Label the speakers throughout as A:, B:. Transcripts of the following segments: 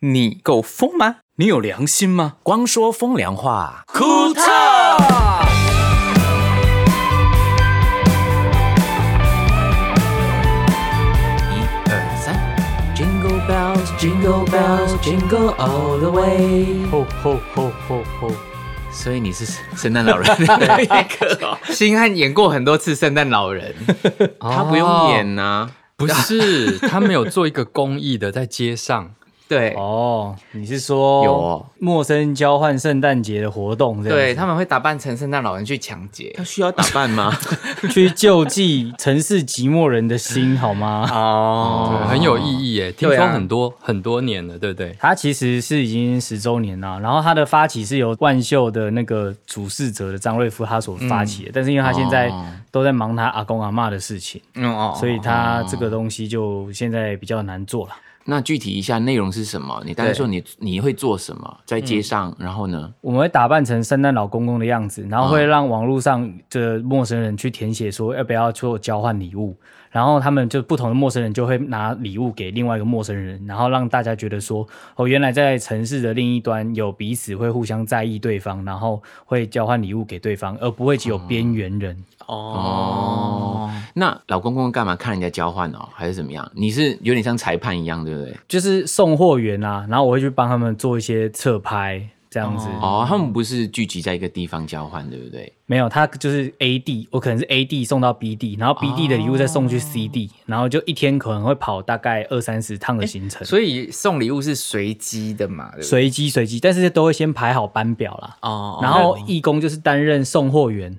A: 你够疯吗？你有良心吗？
B: 光说风凉话，
A: 库特。
B: 一二三，Jingle bells, Jingle bells, Jingle all the way。
C: 吼吼吼吼吼！
B: 所以你是圣诞老 人那一个哦，
D: 星汉演过很多次圣诞老人，
C: 他
B: 他不用演啊
C: 哦
B: 呐、
C: 不是， 他们有做一个公益的，在街上。
D: 对、
E: 哦，你是说
B: 有哦
E: 陌生交换圣诞节的活动这样
D: 对，
E: 子？
D: 他们会打扮成圣诞老人去抢劫
B: 他。需要打扮吗？
E: 去救济城市寂寞人的心，好 吗？
D: 哦
C: 对很有意义耶，听
D: 对
C: 说
D: 啊
C: 很多、很多年了，对不对？
E: 它其实是已经十周年啦，然后它的发起是由万秀的那个主事者的张瑞夫他所发起
B: 嗯
E: 的，但是因为他现在
B: 哦
E: 都在忙他阿公阿妈的事情，
D: 嗯哦
E: 所以他这个东西就现在比较难做了。
B: 那具体一下内容是什么？你刚才说你你会做什么？在街上，
D: 嗯
B: 然后呢？
E: 我们会打扮成圣诞老公公的样子，然后会让网络上的陌生人去填写说要不要做交换礼物，然后他们就不同的陌生人就会拿礼物给另外一个陌生人，然后让大家觉得说哦，原来在城市的另一端有彼此会互相在意对方，然后会交换礼物给对方，而不会只有边缘人。
B: 哦，那老公公干嘛看人家交换哦，还是怎么样？你是有点像裁判一样，对不对？
E: 就是送货员啊，然后我会去帮他们做一些侧拍这样子。
B: 哦，他们不是聚集在一个地方交换，对不对？
E: 没有，他就是 A D，我可能是 A D 送到 B D，然后 B D 的礼物再送去 C
D: 哦
E: D，、然后就一天可能会跑大概二三十趟的行程，
D: 所以送礼物是随机的嘛？对不对
E: 随机随机，但是都会先排好班表啦。
D: 哦
E: 然后义工就是担任送货员，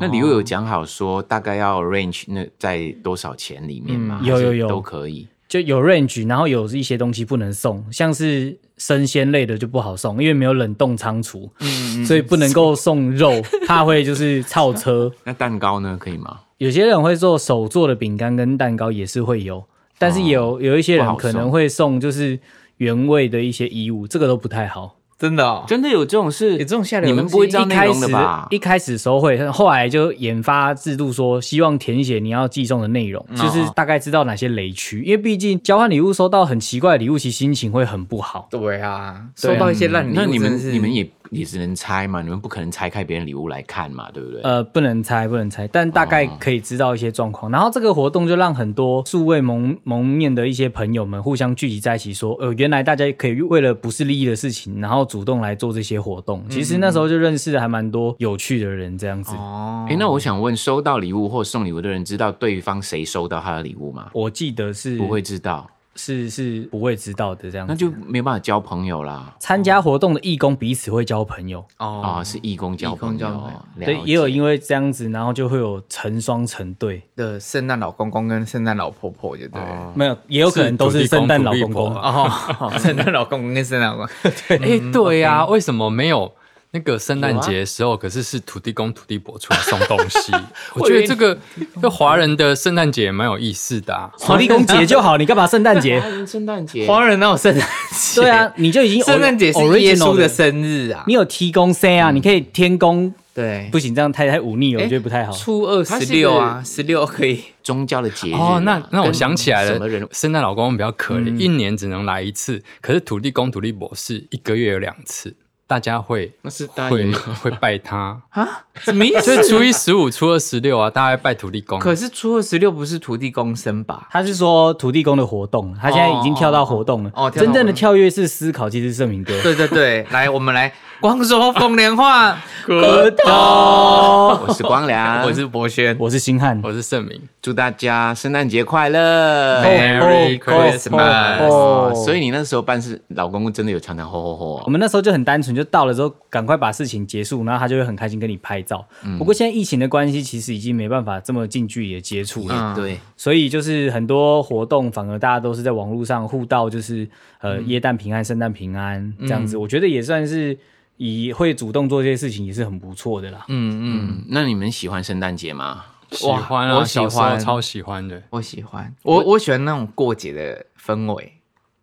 B: 那礼物有讲好说大概要 range 那在多少钱里面吗？
E: 嗯有
B: 还是
E: 有有
B: 都可以。
E: 就有 range，然后有一些东西不能送，像是生鲜类的就不好送，因为没有冷冻仓储，
D: 嗯
E: 所以不能够送肉，怕会就是 超车。
B: 那蛋糕呢？可以吗？
E: 有些人会做手做的饼干跟蛋糕也是会有，但是有、有一些人
B: 哦不好送
E: 可能会送就是原味的一些衣物，这个都不太好。嗯
D: 真的哦，
B: 真的有这种事？
D: 有这种下流
B: 你
D: 的
B: 们
D: 东西
B: 不会知道
E: 一
B: 内
E: 开
B: 容的
E: 始
B: 吧？
E: 一开始时候会，后来就研发制度说，希望填写你要寄送的内容，
B: 嗯
E: 就是大概知道哪些雷区，因为毕竟交换礼物收到很奇怪的礼物，其实心情会很不好。
D: 对啊，收到一些烂礼物，
B: 嗯那你
D: 真的
B: 们
D: 是
B: 你们也也只能猜嘛，你们不可能拆开别人礼物来看嘛，对不对？
E: 呃，不能猜，不能猜，但大概可以知道一些状
B: 哦
E: 况。然后这个活动就让很多素未蒙蒙面的一些朋友们互相聚集在一起，说，呃，原来大家可以为了不是利益的事情，然后主动来做这些活动。
B: 嗯
E: 其实那时候就认识了还蛮多有趣的人，这样子。
D: 哦
B: 哎、那我想问，收到礼物或送礼物的人知道对方谁收到他的礼物吗？
E: 我记得是
B: 不会知道，
E: 是是不会知道的这样子。
B: 那就没办法交朋友啦。
E: 参加活动的义工彼此会交朋友，
B: 啊、
D: 哦
B: 是义工交
D: 义工
B: 朋友
D: 交朋友，
B: 了
E: 对，也有
B: 解
E: 因为这样子，然后就会有成双成对，
D: 的圣诞老公公跟圣诞老婆婆，就对了。
B: 嗯
E: 没有，也有可能都是圣诞老公公。
D: 哦，圣诞老公公跟圣诞老公，
C: 哎、
D: 嗯
C: 对呀、为什么没有那个圣诞节的时候，可是是土地公、土地婆出来送东 西？我觉得这个这华人的圣诞节也蛮有意思的啊。
E: 土地公节就好，你干嘛圣诞节？
B: 华人圣诞节
D: 华人哪有圣诞节？
E: 对啊，，你就已经
D: 圣诞节是耶稣
E: original
D: 的，生日啊
E: 你。有提供 C
D: 嗯
E: 啊？你可以天公，
D: 对，
E: 不行，这样太太忤逆了，
D: 哎
E: 我觉得不太好。
D: 初二十六啊，十六可以。
B: 宗教的节日
C: 哦
B: 嘛，
C: 那那我
B: 跟
C: 想起来
B: 什么人嗯
C: 了，圣诞老公公比较可怜，一年只能来一次。可是土地公、土地婆是一个月有两次，大家会
B: 那是大爷
C: 会会拜 他，
D: 什么意
C: 所以
D: 思？
C: 初一、十五、初二、十六啊，大家会拜土地公。
D: 可是初二十六不是土地公生吧？
E: 他是说土地公的活动，啊他现在已经跳到活动了。
D: 哦哦哦哦跳到
E: 真正的
D: 活动
E: 跳跃式思考其实是盛明哥。
D: 对对 对，来，我们来光说风凉话。
B: 我是光良，
D: 我是博轩，
E: 我是星汉，
D: 哦
C: 我是盛明，
B: 祝大家圣诞节快乐。
D: Merry
E: 哦哦
D: Christmas
E: 哦嗯
B: 哦，所以你那时候办事，老公公真的有常常吼吼吼
E: 我
B: 哦。
E: 们那时候就很单纯，就到了之后赶快把事情结束，然后他就会很开心跟你拍照。
D: 嗯
E: 不过现在疫情的关系，其实已经没办法这么近距离的接触了，
D: 嗯
B: 对，
E: 所以就是很多活动反而大家都是在网络上互道，就是呃
B: 嗯
E: 耶诞平安、圣诞平安这样子。我觉得也算是以会主动做这些事情，也是很不错的啦。
D: 嗯嗯，
B: 嗯，那你们喜欢圣诞节吗？
C: 喜欢啊，
D: 我喜
C: 小时候
D: 欢
C: 超喜欢的。
D: 我喜欢，我我喜欢那种过节的氛围。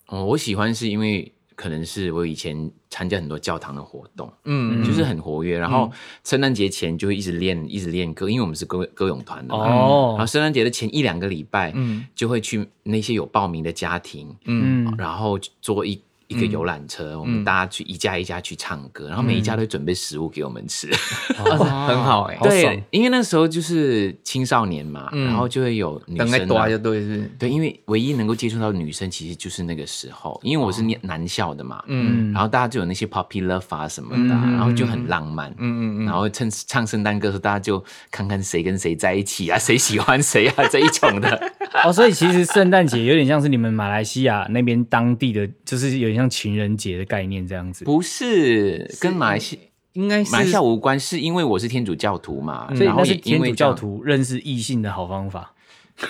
B: 哦，我喜欢是因为可能是我以前参加很多教堂的活动，
D: 嗯，
B: 就是很活跃。然后圣诞节前就会一直练，一直练歌，因为我们是歌歌咏团的嘛。然后
E: 哦，
B: 圣诞节的前一两个礼拜，
D: 嗯
B: 就会去那些有报名的家庭，
D: 嗯
E: 嗯，
B: 然后做一一个游览车，我们大家去一家一家去唱歌，然后每一家都准备食物给我们吃。
D: 很嗯好哎、
C: 好爽
B: 对，因为那时候就是青少年嘛，
D: 嗯
B: 然后就会有女
D: 等个
B: 生、
D: 多
B: 啊。
D: 就对是，
B: 对，因为唯一能够接触到女生，其实就是那个时候，因为我是念男校的嘛，
D: 哦嗯
E: 嗯
B: 然后大家就有那些 puppy love 啊什么的啊、
D: 嗯
B: 然后就很浪漫，
D: 嗯嗯嗯，
B: 然后趁唱圣诞歌的时候，大家就看看谁跟谁在一起啊，谁喜欢谁啊这一种的。
E: 哦，所以其实圣诞节有点像是你们马来西亚那边当地的，就是有点像情人节的概念这样子。
B: 不是跟马来西
D: 应该
B: 马来西
D: 是
B: 亚无关，是因为我是天主教徒嘛，
D: 嗯
E: 所以
B: 然后
E: 那是
B: 也因
E: 天
B: 为
E: 主教
B: 这样
E: 徒认识异性的好方法。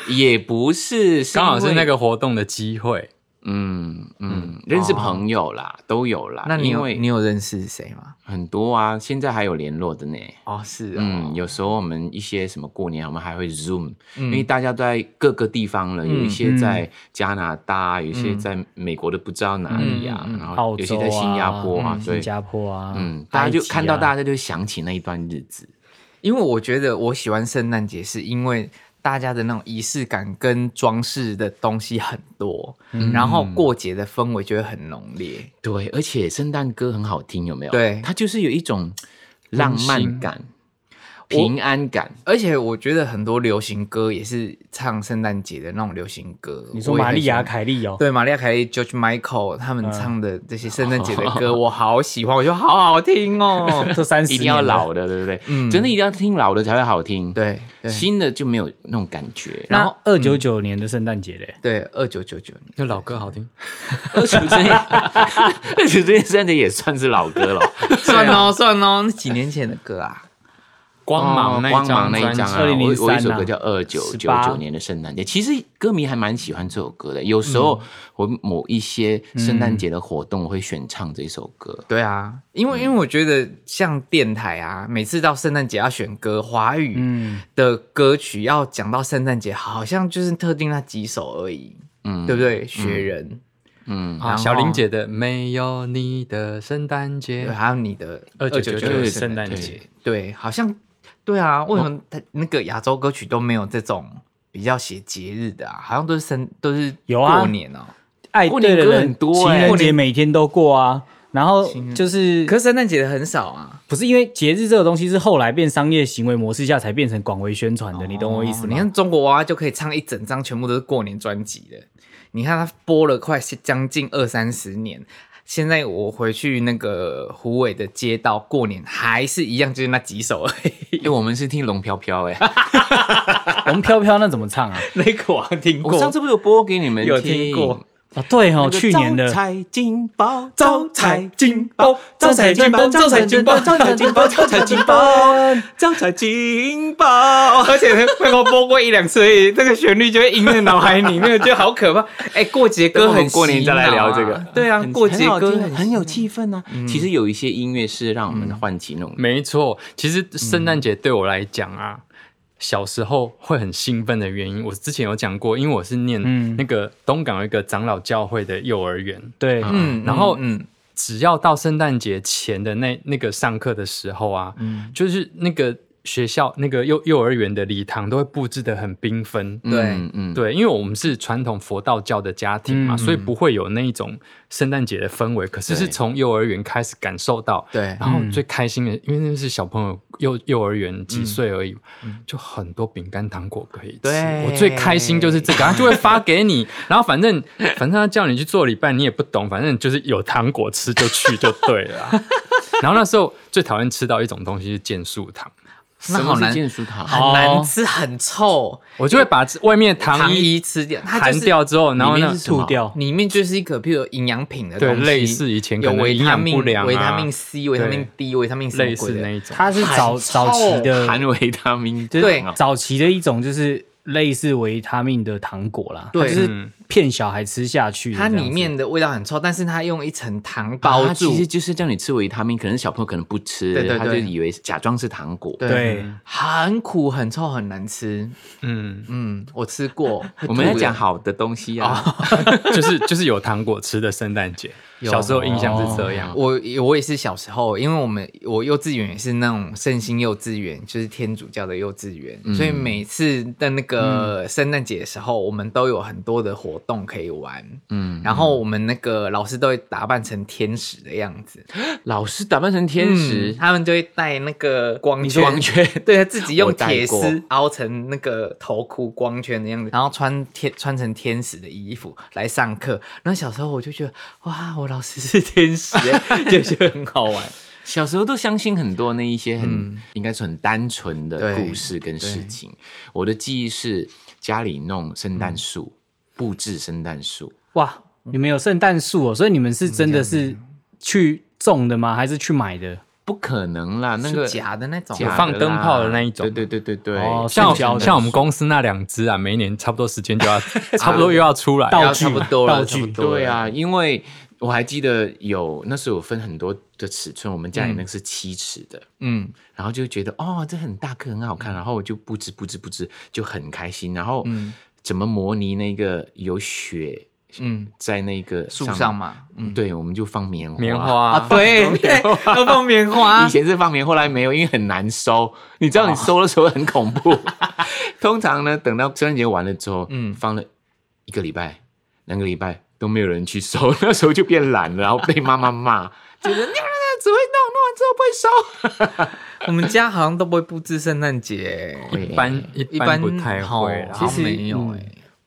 B: 也不是，是
C: 刚好是
B: 因为
C: 那个活动的机会。
B: 嗯嗯，认识朋友啦，都有啦。
D: 哦那你
B: 因
D: 有
B: 为
D: 你有认识谁吗？
B: 很多啊，现在还有联络的呢。
D: 哦，是哦，
B: 嗯，有时候我们一些什么过年，我们还会 Zoom，、
D: 嗯
B: 因为大家都在各个地方了，有一些在加拿大，有一些在美国的不知道哪里啊，
D: 嗯嗯嗯嗯
B: 然
E: 澳
B: 后
E: 洲
B: 有
E: 啊
B: 些在新加坡啊，对
E: 新，加坡啊，
B: 嗯，大家就看到大
E: 家
B: 家就想起那一段日子，
D: 因为我觉得我喜欢圣诞节，是因为大家的那种仪式感跟装饰的东西很多，然后过节的氛围就会很浓烈。
B: 对，而且圣诞歌很好听，有没有？
D: 对
B: 它就是有一种浪漫感、平安感。
D: 而且我觉得很多流行歌也是唱圣诞节的那种流行歌。
E: 你说
D: 我也
E: 玛
D: 很
E: 丽亚
D: 喜欢
E: 凯莉 哦，。
D: 对，玛利亚凯莉、George Michael 他们唱的这些圣诞节的歌，我好喜欢，我觉得好好听哦
E: 这三十
B: 一定要老的，对不对？
D: 嗯
B: 真的一定要听老的才会好听。，
D: 对对
B: 新的就没有那种感觉。
E: 然后二九九年的圣诞节嘞，
D: 对，二九九九年，
C: 那老歌好听，
B: 二十岁，二十岁真的也算是老歌了。
D: 算哦算哦，那几年前的歌啊，
C: 光
B: 哦
C: 芒那
B: 光
C: 一张
B: 芒那
C: 专
B: 一
C: 辑
B: 张啊，
E: 2003
B: 我我有一首
E: 啊
B: 歌叫《二九九九
E: 18
B: 年的圣诞节》，其实歌迷还蛮喜欢这首歌的。有时候我某一些圣诞节的活动，我会选唱这首歌。
D: 对啊，因为因为我觉得像电台啊，每次到圣诞节要选歌，华语
E: 嗯，
D: 的歌曲要讲到圣诞节，好像就是特定那几首而已，
B: 嗯，
D: 对不对？学人，
B: 嗯，
C: 啊，
D: 然后
C: 小林姐的《没有你的圣诞
D: 对，
C: 节》
D: 还有你的
E: 啊
C: 2999
D: 的
E: 圣诞
B: 对
E: 节，
D: 对，好像对啊，为什么他那个亚洲歌曲都没有这种比较写节日的啊？好像都是生都是
E: 有啊
D: 过年哦、
E: 爱
B: 过
E: 哎对
B: 年
E: 的
B: 歌
E: 人，
B: 很多
E: 情
B: 欸
E: 人节每天都过啊。然后就是，
D: 可是圣诞节的很少啊，
E: 不是因为节日这个东西是后来变商业行为模式下才变成广为宣传的，你懂我意思
D: 哦
B: 哦
D: 你
E: 吗？
D: 看中国娃娃就可以唱一整张，全部都是过年专辑的。你看他播了快将近二三十年，现在我回去那个湖尾的街道过年还是一样，就是那几首而已。
B: 哎，我们是听龙飘飘哎，
E: 我们飘飘那怎么唱 啊？
D: 那个我好像听
B: 我上次不是有播给你们
D: 有听过。
E: 啊，对
B: 那
E: 哦，
B: 个
E: 去年的
B: 招财进宝，
D: 招财进宝，招财进宝，招财进宝，招财进宝，招财进宝，招财进宝。 而且那个播过一两次而已，这个旋律就会印在脑海里面，就好可 怕。哎，过节歌很洗脑啊
B: 过年再来聊这个
D: 对啊，
B: 很
D: 过节
B: 很好
D: 歌
B: 听很有气氛啊。其实有一些音乐是让我们唤起那种
C: 没错，其实圣诞节对我来讲啊，小时候会很兴奋的原因，我之前有讲过，因为我是念
E: 嗯
C: 那个东港有一个长老教会的幼儿园，
E: 对，
D: 嗯，
C: 然后
D: 嗯，
C: 只要到圣诞节前的那那个上课的时候啊，就是那个学校那个幼幼儿园的礼堂都会布置的很缤纷，
D: 对
B: 嗯嗯，
C: 对，因为我们是传统佛道教的家庭嘛，
E: 嗯
C: 所以不会有那一种圣诞节的氛围。可是
B: 对
C: 是从幼儿园开始感受到，
D: 对嗯
C: 然后最开心的，因为那是小朋友幼幼儿园几岁而已，就很多饼干糖果可以吃。
D: 嗯对
C: 我最开心就是这个，他就会发给 你，然后反正反正他叫你去做礼拜，你也不懂，反正就是有糖果吃就去就对了啊、 然后那时候最讨厌吃到一种东西是健树糖，
D: 那好难，
B: 建树塔，
D: 很难吃，很臭，
C: 我就会把外面的糖
D: 哦糖
C: 衣
D: 衣吃掉，它
C: 含
D: 就是
C: 掉之后，然后
B: 里面
C: 呢
B: 是什么
E: 吐掉。
D: 里面就是一个，譬如营养品的
C: 对
D: 东西，
C: 类似以前可
D: 有
C: 能
D: 维
C: 营
D: 他
C: 养不
D: 命、
C: 良啊
D: 维他命 C、维他命 D、维他命什么
C: 类
D: 鬼
C: 似那
D: 的，
C: 一种。
E: 它是早
D: 很
E: 早期 的
B: 含维他命 D
D: 对
B: 糖啊
E: 早期的一种，就是类似维他命的糖果啦，它
D: 对嗯
E: 就是骗小孩吃下去的这
D: 它
E: 样子。
D: 里面的味道很臭，但是它用一层糖
B: 包
D: 包
B: 住，
D: 住
B: 其，实就是叫你吃维他命，可能小朋友可能不吃，
D: 对对对
B: 他就以为假装是糖果。
D: 对
E: 对
D: 很苦、很臭、很难吃。
C: 嗯，
D: 嗯， 我吃过，
B: 我们要讲好的东西啊，
C: 就是就是有糖果吃的圣诞节，有小时候印象是这样。
D: 我我也是小时候，因为我们我幼稚园也是那种圣心幼稚园，就是天主教的幼稚园，所以每次的那个圣诞节的时候，我们都有很多的活动可以玩。
B: 嗯，
D: 然后我们那个老师都会打扮成天使的样子，
B: 老师打扮成天
D: 嗯
B: 使，
D: 他们就会戴那个光圈，
B: 光圈，
D: 对他自己用
B: 我戴
D: 铁
B: 过
D: 丝凹成那个头箍光圈的样子，然后穿天穿成天使的衣服来上课。然后小时候我就觉得，哇，我老师是天使耶，就觉得很好玩。
B: 小时候都相信很多那一些很、应该是很单纯的
D: 对
B: 故事跟事情。我的记忆是家里弄圣诞树，布置圣诞树，
E: 哇，你们有圣诞树哦，所以你们是真的是去种的吗？还是去买的？
B: 不可能啦，那个
D: 是假的那种，
B: 假的啦
C: 哦放灯泡的那一种
B: 对对对对对，
E: 哦
C: 像
E: 塑胶
C: 我
E: 的
C: 像我们公司那两只啊，每一年差不多时间就要，差不多又要出来。
E: 道
D: 要
E: 具
D: 差不多了
E: 道
D: 差不
E: 具
D: 多
B: 对啊，因为我还记得有那时候有分很多的尺寸，我们家里
C: 嗯
B: 那个是七尺的，
D: 嗯，
B: 然后就觉得哦，这很大颗，很好看，
C: 嗯
B: 然后我就布置布置布置，就很开心。然后怎么模拟那个有雪，
D: 嗯
B: 嗯，在那个
D: 树上，嘛，嗯，
B: 对，我们就放棉花，
C: 棉。花，
D: 对对，要放棉花
B: 以。前是放棉花，后来没有，因为很难收。你知道你收的时候很恐怖。 通常呢，等到圣诞节完了之后，嗯，放了一个礼拜、两个礼拜都没有人去收， 那时候就变懒了，然后被妈妈骂，就是你们只会弄，弄完之后
D: 我们家好像都不会布置圣诞节，
B: 不会收。
C: 一般一
D: 一
C: 般
D: 般
C: 不太
D: 好
C: 会啦。
D: 其
E: 其实
D: 实没有
E: 嗯
D: 哎。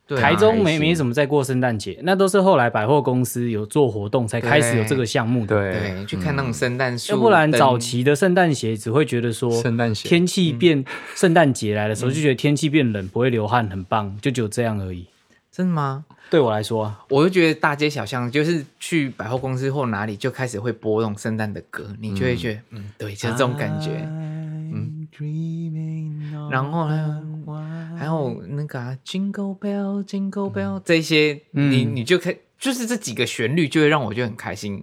D: 对啊
E: 台中没
B: 还行
E: 没怎么在过圣诞节，那都是后来百货公司有做活动才开始有这个项目的。
C: 对，
D: 对，去看那种圣诞树，
E: 要不然
D: 灯
E: 早期的圣诞鞋只会觉得说，
C: 圣诞鞋
E: 天气变圣诞节来的时候就觉得天气变冷不会流汗很棒，就只有这样而已。
D: 真的吗？
E: 对我来说啊，
D: 我就觉得大街小巷，就是去百货公司或哪里，就开始会播那种圣诞的歌，你就会觉得，嗯，对，就是这种感觉。
E: 啊
B: 嗯，
D: 然后呢，还有那个、啊、Jingle Bell Jingle Bell、这些，你你就可以，就是这几个旋律就会让我就很开心。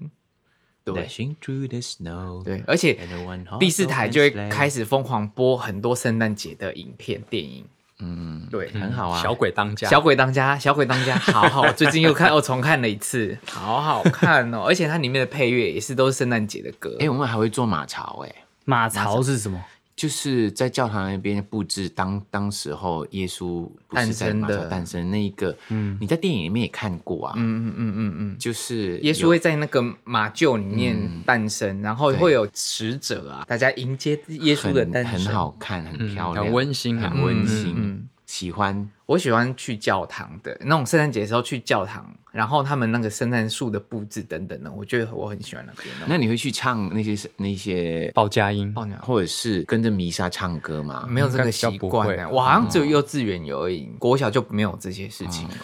D: 对
B: Dashing through the snow，
D: 对，而且
B: and a one horse
D: 第四台就会
B: open sleigh
D: 开始疯狂播很多圣诞节的影片、电影。
B: 嗯，
D: 对，
B: 很好啊。
C: 小鬼当家，
D: 小鬼当家，小鬼当家，好好，最近又看，我重看了一次，好好看哦，而且它里面的配乐也是都是圣诞节的歌，
B: 哎、我们还会做马槽、哎，
E: 马槽是什么？
B: 就是在教堂那边布置当当时候耶稣不是在
D: 诞生
B: 马槽
D: 的
B: 诞生那一个，嗯，你在电影里面也看过啊，
D: 嗯嗯嗯嗯嗯，
B: 就是
D: 耶稣
B: 有
D: 会在那个马厩里面
B: 嗯
D: 诞生，然后
B: 对
D: 会有使者啊，大家迎接耶稣的诞
B: 很
D: 生，
B: 很。好看，很
C: 嗯
B: 漂亮，
C: 很温馨啊
B: 很温馨，
D: 嗯嗯
B: 喜欢
D: 我喜欢去教堂的那种圣诞节的时候去教堂，然后他们那个圣诞树的布置等等的，我觉得我很喜欢那边哦。
B: 那你会去唱那些那些，
C: 报佳音，
D: 爆鸟
B: 或者是跟着弥撒唱歌吗？
D: 没有这
C: 应该
D: 个
C: 比较
D: 习
C: 不
D: 惯
C: 会
D: 欸，我好像只有幼稚园有而已，国小就没有这些事情了。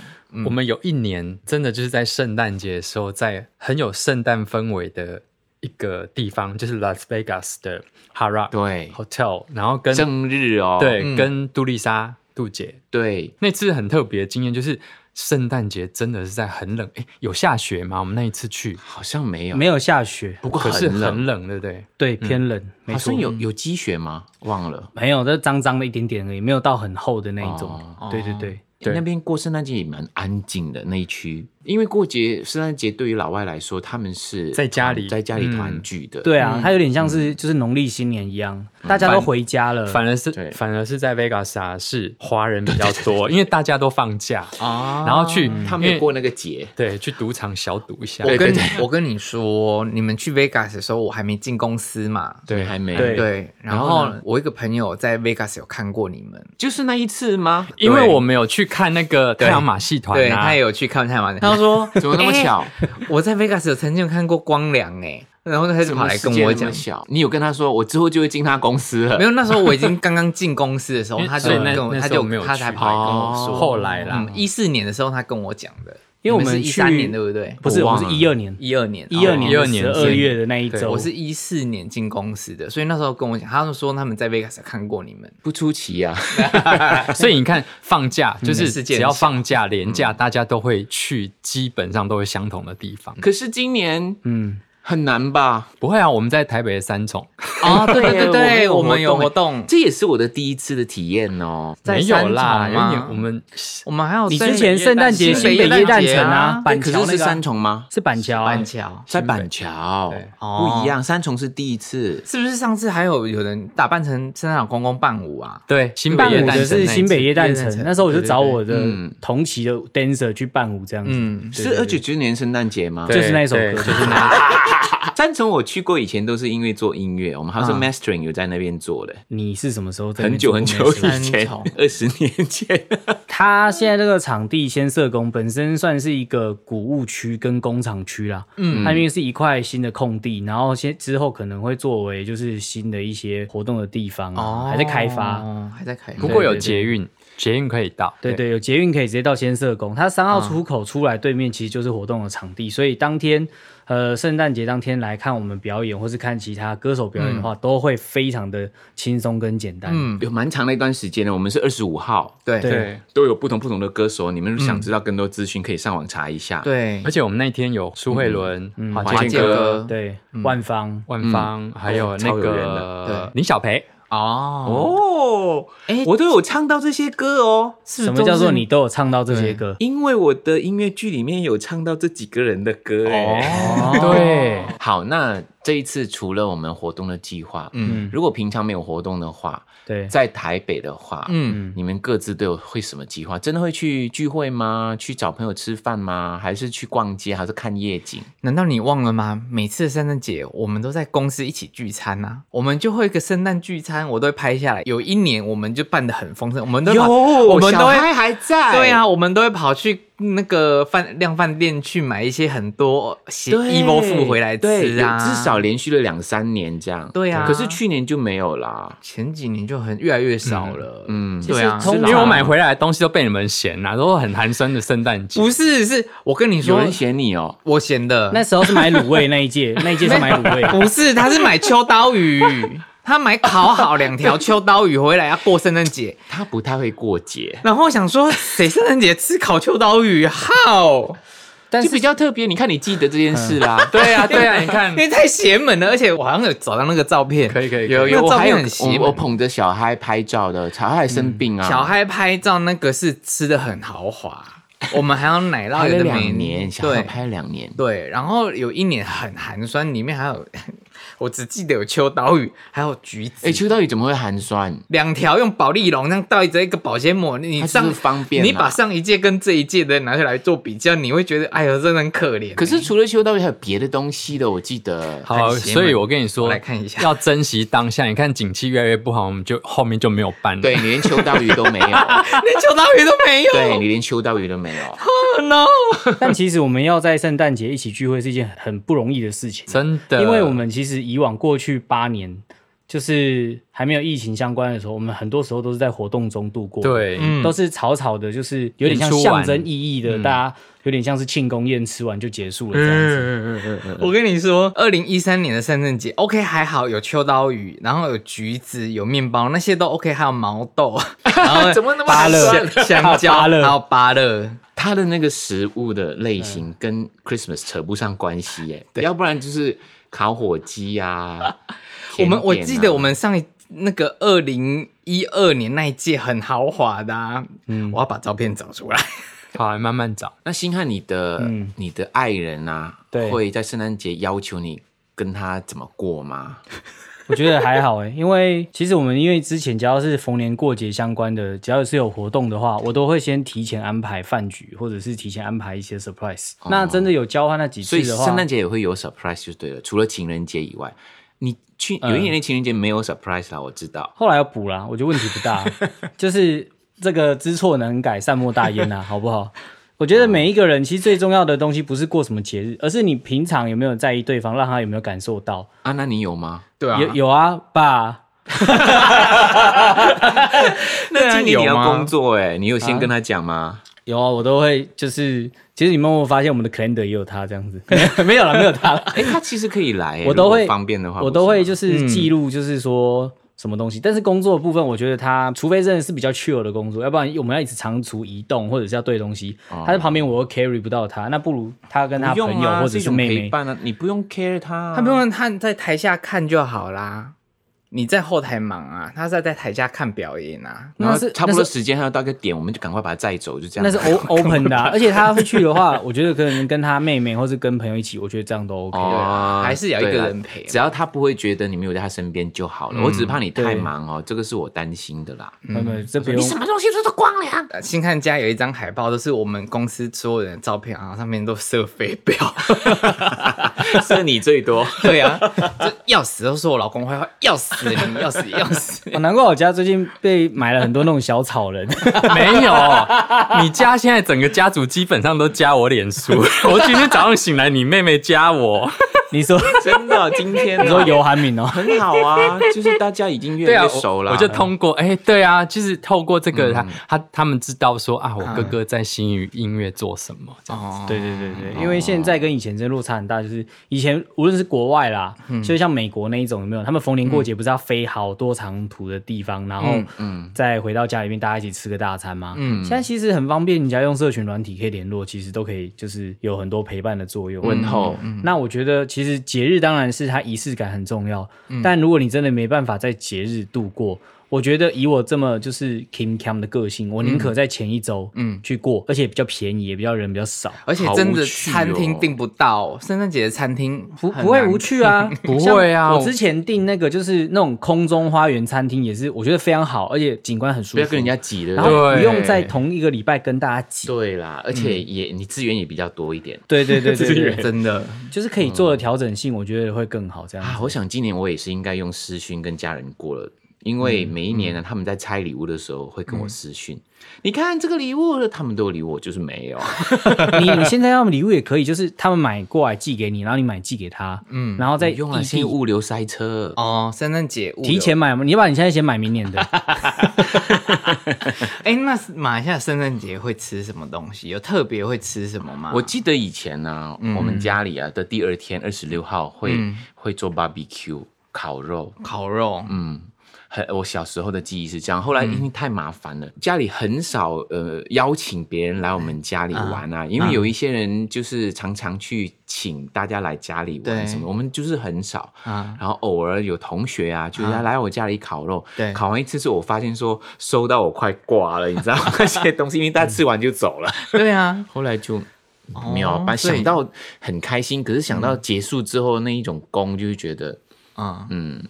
C: 我们有一年真的就是在圣诞节的时候，在很有圣诞氛围的一个地方，就是 Las Vegas 的 Hard Rock
B: 对，
C: Hotel，然后跟
B: 正日哦，
C: 对、
D: 嗯
C: 跟杜丽莎杜姐
B: 对，
C: 那次很特别的经验，就是圣诞节真的是在很冷，哎，有下雪吗？我们那一次去，
B: 好像没有，
E: 没有下雪，
B: 不过
C: 可是
B: 很冷
C: 很冷，对不对？
E: 对，偏冷，没
B: 好
E: 错
B: 像。
D: 嗯
B: 有有积雪吗？忘了。
E: 没有，这脏脏的一点点而已，没有到很厚的那一种
B: 哦。
E: 对对对，
C: 对
B: 那边过圣诞节也蛮安静的那一区，因为过节圣诞节对于老外来说，他们是
C: 在家里
B: 团在家里团聚的。
E: 对啊，它有点像是就是农历新年一样，大家都回家
D: 嗯
E: 了。
C: 反而是
B: 对
C: 反而是在 Vegas 啊，是华人比较 多，因为大家都放假，
D: 啊
C: 然后去
B: 他们也
C: 因为
B: 过那个节。
C: 对去赌场小赌一下，
D: 我
B: 对
D: 跟你我跟你说，你们去 Vegas 的时候，我还没进公司嘛。
C: 对
B: 还没
E: 对
D: 对，然
B: 后
D: 后
B: 呢
D: 我一个朋友在 Vegas 有看过你们，
B: 就是那一次吗？
C: 因为我们有去看那个太阳马戏团
D: 对
C: 啊
D: 他也，有去看太阳马戏他 说
B: 怎么那么巧？
D: 我在 Vegas 有曾经有看过光良哎、然后他就
B: 怎
D: 跑
B: 么
D: 来
B: 世
D: 跟
B: 界
D: 我
B: 那
D: 讲
B: 么，小？你有跟他说我之后就会进他公司了？
D: 没有那时候我已经刚刚进公司的时候，
C: 因为
D: 他就
C: 所以那
D: 跟我
C: 那时
D: 他
C: 候
D: 就
C: 没有
D: 他才
C: 去哦
D: 跑来跟我说，
C: 后来啦，
D: 嗯一 四年的时候他跟我讲的，
E: 因为我
D: 你
E: 们
D: 是一三
E: 去
D: 年对不对？
E: 不是，
B: 我
E: 我
B: 忘
E: 们
B: 了
E: 是一二年，
D: 一二年，
E: 一二
D: 哦
E: 年
C: 12年
E: 十二月的那一周，
D: 我是一四年进公司的，所以那时候跟我讲，他们说他们在 Vegas 有看过你们，
B: 不出奇啊。
C: 所以你看，放假就是
D: 嗯世
C: 只
D: 界很
C: 要
D: 小嗯
C: 放假、连假，大家都会去，基本上都会相同的地方。
B: 可是今年
E: 嗯，
B: 很难吧？
C: 不会啊，我们在台北的三重，
D: 哦，对对对 对，我
B: 我
D: 们
B: 们
D: 有
B: 有
D: 活
B: 活
D: 动，
B: 这也是我的第一次的体验哦。
D: 在
C: 没有
D: 三
C: 啦，
D: 重
C: 有点
D: 吗
C: 我们
D: 我们还有
E: 你
D: 在
E: 之前圣诞节
D: 新北
E: 新北
D: 耶
E: 耶诞
D: 节
E: 城啊，
D: 啊，
E: 板
B: 可
E: 桥那
B: 是是
E: 个啊
B: 三重吗？
E: 是板桥啊
D: 板，桥
B: 在板桥
C: 对，
D: 哦
B: 不一样。三重是第一次，
D: 是不是上次还有有人打扮成圣诞老公公伴舞啊？
C: 对新
E: 伴
C: 北
E: 舞
C: 夜
E: 的
C: 诞
E: 是
C: 城那一
E: 新北
C: 次
E: 耶诞
D: 夜诞
E: 城
D: 城，
E: 那时候我就
D: 对对
E: 找我的
B: 嗯
E: 同期的 dancer 去伴舞这样子，
D: 嗯，
B: 是二九九年圣诞节吗？
C: 对
E: 就是那一首
C: 对
E: 歌
C: 就是那一首
B: 三重我去过，以前都是因为做音乐，我们 House
D: 啊
B: Mastering 有在那边做的，
E: 你是什么时候在那边
B: 很久
E: 做
B: 很
E: 过
B: 久
E: 那首
B: 以前
D: 重，
B: 二十年前。
E: 他现在这个场地先社工本身算是一个谷物区跟工厂区啦，嗯，它因为是一块新的空地，然后先之后可能会作为就是新的一些活动的地方、啊，
D: 哦，
E: 还在开发。
D: 哦，还在开发。
C: 不过有
E: 对对对
C: 捷运，捷运可以到，
E: 对对，有捷运可以直接到先社工，它三号出口出来对面其实就是活动的场地，所以当天，呃，圣诞节当天来看我们表演，或是看其他歌手表演的话，都会非常的轻松跟简单。嗯，
B: 有蛮长的一段时间了，我们是二十五号，
D: 对
E: 对
D: 对
B: 都有不同不同的歌手，你们想知道更多资讯，可以上网查一下。，
D: 对
C: 而，且我们那天有苏慧伦、嗯华
B: 华
C: 健
B: 健
C: 哥、
B: 哥
E: 对，万方，
C: 万芳，还有那
B: 超有人的
C: 个林小培，
D: 哦，
B: 哦，
D: 哎
B: 我都有唱到这些歌哦，
D: 是
E: 什
D: 不
E: 么
D: 是
E: 叫
D: 都
E: 做
D: 是
E: 你都有唱到这些歌？
B: 因为我的音乐剧里面有唱到这几个人的歌哎。
E: 哦
C: 对，
B: 好，那这一次除了我们活动的计划，嗯，如果平常没有活动的话，
E: 对，
B: 在台北的话，嗯。
D: 嗯，
B: 你们各自都有会什么计划？真的会去聚会吗？去找朋友吃饭吗？还是去逛街？还是看夜景？
D: 难道你忘了吗？每次圣诞节我们都在公司一起聚餐呐、啊，我们就会有一个圣诞聚餐，我都会拍下来。有一年我们就办得很丰盛，我们都把我们都
B: 小
D: 会
B: 嗨还在。
D: 对啊，我们都会跑去那个饭量饭店去买一些很多鞋
B: 对，
D: 衣服付，E 回来
B: 对
D: 吃啊，
B: 有至少连续了两三年这样。
D: 对啊
B: 可是去年就没有啦。
D: 前几年就很越来越少了。嗯，
B: 嗯，
D: 对啊，
E: 通
C: 因
E: 常
C: 为我买回来的东西都被你们嫌啦，都很寒酸的圣诞节。
D: 不是，是我跟你
B: 有
D: 说，
B: 人嫌你哦。
D: 我嫌的，
E: 那时候是买卤味那一届，那一届是买卤味。
D: 不是，他是买秋刀 鱼，他买烤好两条秋刀鱼回来要过圣诞节。
B: 他不太会过节，
D: 然后我想说，谁圣诞节吃烤秋刀鱼？好，
E: 但
B: 就是比较特别。你看，你记得这件事
D: 嗯
B: 啦。
C: 对啊，对啊，你看
D: 因，为太邪门了，而且我好像有找到那个照片，
C: 可以可以可以
D: 有
B: 因为
D: 有
B: 我
D: 照
B: 还
D: 片
B: 有
D: 很邪
B: 我我
D: 门。嗯
B: 捧着小嗨拍照的，小嗨生病啊，
D: 小嗨拍照那个是吃的很 豪华，我们还有奶酪
B: 拍
D: 有
B: 了
D: 的没
B: 两年，小嗨
D: 对
B: 拍了两年，
D: 对，然后有一年很寒酸，里面还有 我只记得有秋刀鱼，还有橘子。
B: 哎，秋刀鱼怎么会寒酸？
D: 两条用保利龙这样倒着一个保鲜膜，你
B: 它
D: 上
B: 就是方便啊
D: 你把上一届跟这一届的拿下来做比较，你会觉得哎呦，真的很可怜。
B: 可是除了秋刀鱼，还有别的东西的，我记得。
C: 好，
D: 很邪门
C: 所以我跟你说，
D: 我来看一下
C: 要珍惜当下。你看景气越来越不好，我们就后面就没有办了。
B: 对，你连秋刀鱼都没 有，
D: 连秋刀鱼都没有，
B: 对你连秋刀鱼都没有。
D: no，
E: 但其实我们要在圣诞节一起聚会是一件很不容易的事情，
C: 真的，
E: 因为我们其实以往过去八年，就是还没有疫情相关的时候，我们很多时候都是在活动中度过，，
C: 对，
E: 都是草草的，就是有点像
C: 演出
E: 象
C: 完嗯
E: 征意义的，大家有点像是庆功宴吃完就结束了这样子。
D: 我跟你说，二零一三年的圣诞节，OK 还好有秋刀鱼，然后有橘子，有面包，那些都 OK，还有毛 豆，然后
B: 怎么那么
E: 芭乐
B: 寒酸
D: 香香蕉，
E: 芭乐
D: 还有芭乐，
B: 它的那个食物的类型跟 Christmas 扯不上关系耶，要不然就是烤火鸡呀、
D: 我
B: 甜点
D: 们
B: 啊
D: 我记得我们上一那个二零一二年那一届很豪华的、啊，
B: 嗯
D: 我要把照片找出来。
C: 好，慢慢找。
B: 那星汉你的、
E: 嗯
B: 你的爱人啊，
E: 对
B: 会在圣诞节要求你跟他怎么过吗？
E: 我觉得还好哎、 因为其实我们因为之前只要是逢年过节相关的，只要是有活动的话，我都会先提前安排饭局，或者是提前安排一些 surprise。那真的有交换那几
B: 哦所
E: 次
B: 以
E: 的话，
B: 圣诞节也会有 surprise 就对了，除了情人节以外，你去有一年的情人节没有 surprise 啦，我知道。
E: 后来要补啦，我觉得问题不 大，就是这个知错能改，善莫大焉呐、 好不好？我觉得每一个人其实最重要的东西不是过什么节日，而是你平常有没有在意对方，让他有没有感受到。
B: 啊，那你有吗？
D: 对啊，
E: 有有啊，爸，
D: 对
B: 今
D: 啊
B: 年你
D: 有
B: 要
D: 吗
B: 工作哎、你有先跟他讲吗？
E: 有啊，我都会就是，其实你们有没有发现我们的 calendar 也有他这样子， 没有了，没有他啦。
B: 哎、他其实可以来、欸，
E: 啊我都
B: 如果
E: 会
B: 方便的话，
E: 我都会
B: 不是吗啊
E: 就是记录，就是说什么东西。但是工作的部分，我觉得他除非真的是比较 chill 的工作，要不然我们要一直长途移动或者是要对东西，
B: 哦
E: 他在旁边我又 carry 不到他，那不如他跟他
B: 不用
E: 朋友
B: 啊
E: 或
B: 是
E: 者
B: 一
E: 是
B: 种
E: 妹
B: 陪
E: 妹。
B: 伴啊，你不用 care 他啊、
D: 他不用他在台下看就好啦。你在后台忙啊，他在在台下看表演啊。
B: 然
E: 那
B: 后
E: 是
B: 差不多
E: 那是
B: 时间还要到一个点，我们就赶快把它载走，就这样。
E: 那是 O open 的啊、而且他会去的话，我觉得可能跟他妹妹或是跟朋友一起，我觉得这样都 OK。
B: 哦
D: 还是要一个人陪
B: 对啦只要他不会觉得你没有在他身边就好了。
E: 嗯
B: 我只是怕你太忙哦，这个是我担心的啦。
E: 没有没有，这不用。
D: 呃新看家有一张海报，都是我们公司所有人的照片啊，上面都设飞镖。
B: 是你最多，
D: 对啊，就要死都说我老公坏话，要死你，要死要死。
E: 哦难怪我家最近被买了很多那种小草人，
C: 没有，你家现在整个家族基本上都加我脸书。我今天早上醒来，你妹妹加我。
E: 你 说
B: 真的，今天
E: 你说尤韩敏哦，
B: 很好 啊，就是大家已经越
C: 对
B: 来
C: 啊，
B: 越
C: 我
B: 熟了。
C: 我就嗯通过，哎、对啊，就是透过这个，他他他们知道说啊，我哥哥在新宇音乐做什么，这样
D: 哦，
E: 对对对对，因为现在跟以前真的落差很大，就是以前无论是国外啦，就是像美国那一种有没有？他们逢年过节不是要飞好多长途的地方，然后再回到家里面大家一起吃个大餐吗？现在其实很方便，你只要用社群软体可以联络，其实都可以，就是有很多陪伴的作用。嗯
B: 问候，
E: 那我觉得，其实节日当然是它仪式感很重要，但如果你真的没办法在节日度过，我觉得以我这么就是 Kim Cam 的个性，我宁可在前一周嗯去过，而且比较便宜，也比较人比较少，
D: 而且
B: 好
D: 真
B: 无
D: 的
B: 趣
D: 餐厅
B: 哦
D: 订不到，圣诞节的餐厅
E: 不
D: 很
E: 不会
D: 难
E: 无趣啊，
C: 不会啊
E: 像我之前订那个就是那种空中花园餐厅，也是我觉得非常好，而且景观很舒服，
B: 不要跟人家挤
E: 然
B: 了。
E: 后
C: 对
E: 不用在同一个礼拜跟大家挤。
B: 对啦，而且
E: 嗯
B: 也你资源也比较多一点
E: 对对对对对，
D: 真的。
E: 就是可以做的调整性，我觉得会更好。这样子
B: 啊。我想今年我也是应该用私讯跟家人过了。因为每一年呢，他们在拆礼物的时候会跟我私讯，你看这个礼物，他们都有礼物，我就是没有。
E: 你你现在要礼物也可以，就是他们买过来寄给你，然后你买寄给他，嗯，然后再
B: 用来
E: 异
B: 现
E: 地
B: 在物流塞车，
D: 哦，圣诞节物流
E: 提前买嘛，你把你现在先买明年的，
D: 哎，那马来西亚圣诞节会吃什么东西？有特别会吃什么吗？
B: 我记得以前呢、我们家里啊的第二天二十六号会、会做 barbecue 烤肉，
D: 烤肉，
B: 嗯，很我小时候的记忆是这样。
D: 嗯
B: 后来因为太麻烦了，家里很少呃邀请别人来我们家里玩啊，因为有一些人就是常常去请大家来家里
D: 对
B: 玩什么，我们就是很少。
D: 啊，
B: 然后偶尔有同学啊，就是
D: 啊
B: 来来我家里烤肉，
D: 对
B: 烤完一次之后，我发现说收到我快挂了，你知道吗 那些东西，因为大家吃完就走 了。
D: 对啊，
B: 后来就没有办、
D: 所以
B: 想到很开心，可是想
D: 嗯
B: 到结束之后那一种功，就是觉得，
D: 啊，
B: 嗯，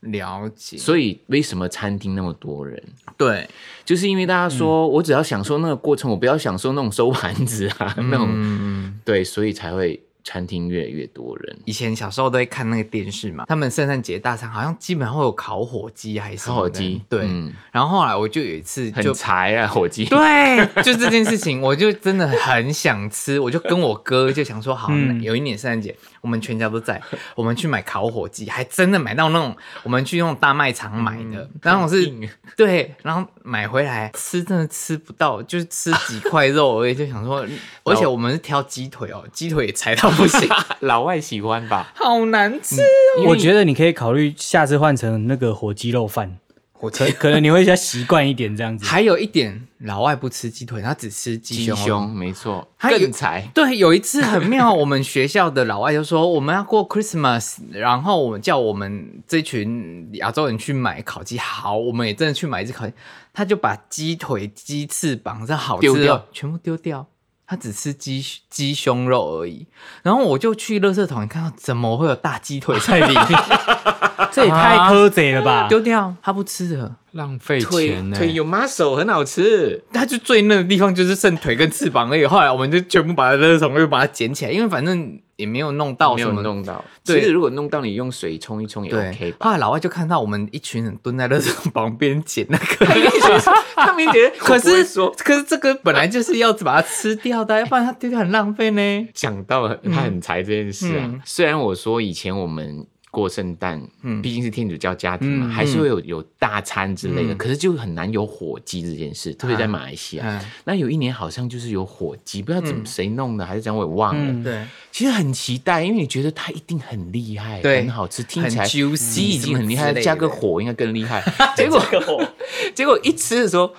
D: 了解，
B: 所以为什么餐厅那么多人，
D: 对，
B: 就是因为大家说、我只要享受那个过程，我不要享受那种收盘子啊，那种
D: 嗯，
B: 对，所以才会餐厅越来越多人。
D: 以前小时候都会看那个电视嘛，他们圣诞节大餐好像基本上会有烤火鸡还是什
B: 烤
D: 么
B: 火
D: 的
B: 鸡，
D: 对。
B: 嗯
D: 然后后来我就有一次就
B: 很柴啊，火鸡。
D: 对，就这件事情，我就真的很想吃， 我就跟我哥就想说，好，
E: 嗯
D: 有一年圣诞节，我们全家都在，我们去买烤火鸡，还真的买到那种，我们去那种大卖场买的，然后我是对，然后买回来吃，真的吃不到，就是吃几块肉而已，就 想说，而且我们是挑鸡腿哦，鸡腿也柴到不行，嗯
B: 老外喜欢吧？
D: 好难吃，
E: 我觉得你可以考虑下次换成那个火鸡肉饭，
D: 火鸡
E: 可可能你会比较习惯一点这样子。
D: 还有一点，老外不吃鸡腿，他只吃鸡
B: 鸡
D: 胸。
B: 胸没错，
D: 还有
B: 更柴。
D: 对，有一次很妙，我们学校的老外就说我们要过 Christmas，然后我们叫我们这群亚洲人去买烤鸡，好，我们也真的去买一只烤鸡，他就把鸡腿、鸡翅膀这好吃
B: 丢
D: 的
B: 掉
D: 全部丢掉。他只吃鸡鸡胸肉而已，然后我就去垃圾桶，你看到怎么会有大鸡腿在里 面？
E: 这也太苛贼了吧？
D: 丢掉，他不吃的，
C: 浪费钱呢、
B: 有 muscle 很好吃，
D: 他就最嫩的地方就是剩腿跟翅膀而已。后来我们就全部把它垃圾桶又把它捡起来，因为反正也没有弄到
B: 没
D: 什
B: 有
D: 么
B: 弄到。
D: 对
B: 其实如果弄到，你用水冲一冲也
D: 对
B: OK 吧？
D: 后来老外就看到我们一群人蹲在垃圾桶旁边捡 那个，
B: 他们觉 得，
D: 可
B: 可
D: 是
B: 是说
D: 可是这个本来就是要把它吃掉的，要不然它丢掉很浪费呢。
B: 讲到他很才这件事啊，
D: 嗯
B: 虽然我说以前我们。过圣诞，
D: 嗯
B: 毕竟是天主教家庭嘛，
E: 嗯
B: 还是会有有大餐之类的，
D: 嗯
B: 可是就很难有火鸡这件事，特别在马来西亚。
D: 嗯，
B: 那有一年好像就是有火鸡，不知道怎么谁弄的，还是怎样，我也忘了。
E: 嗯，
D: 对，
B: 其实很期待，因为你觉得它一定很厉害，
D: 对
B: 很好吃，听起
D: 很
B: 来
D: juicy
B: 鸡已经很厉
D: 什么
B: 害，
D: 之类的
B: 加个火应该更 厉害。结果结果一吃的时候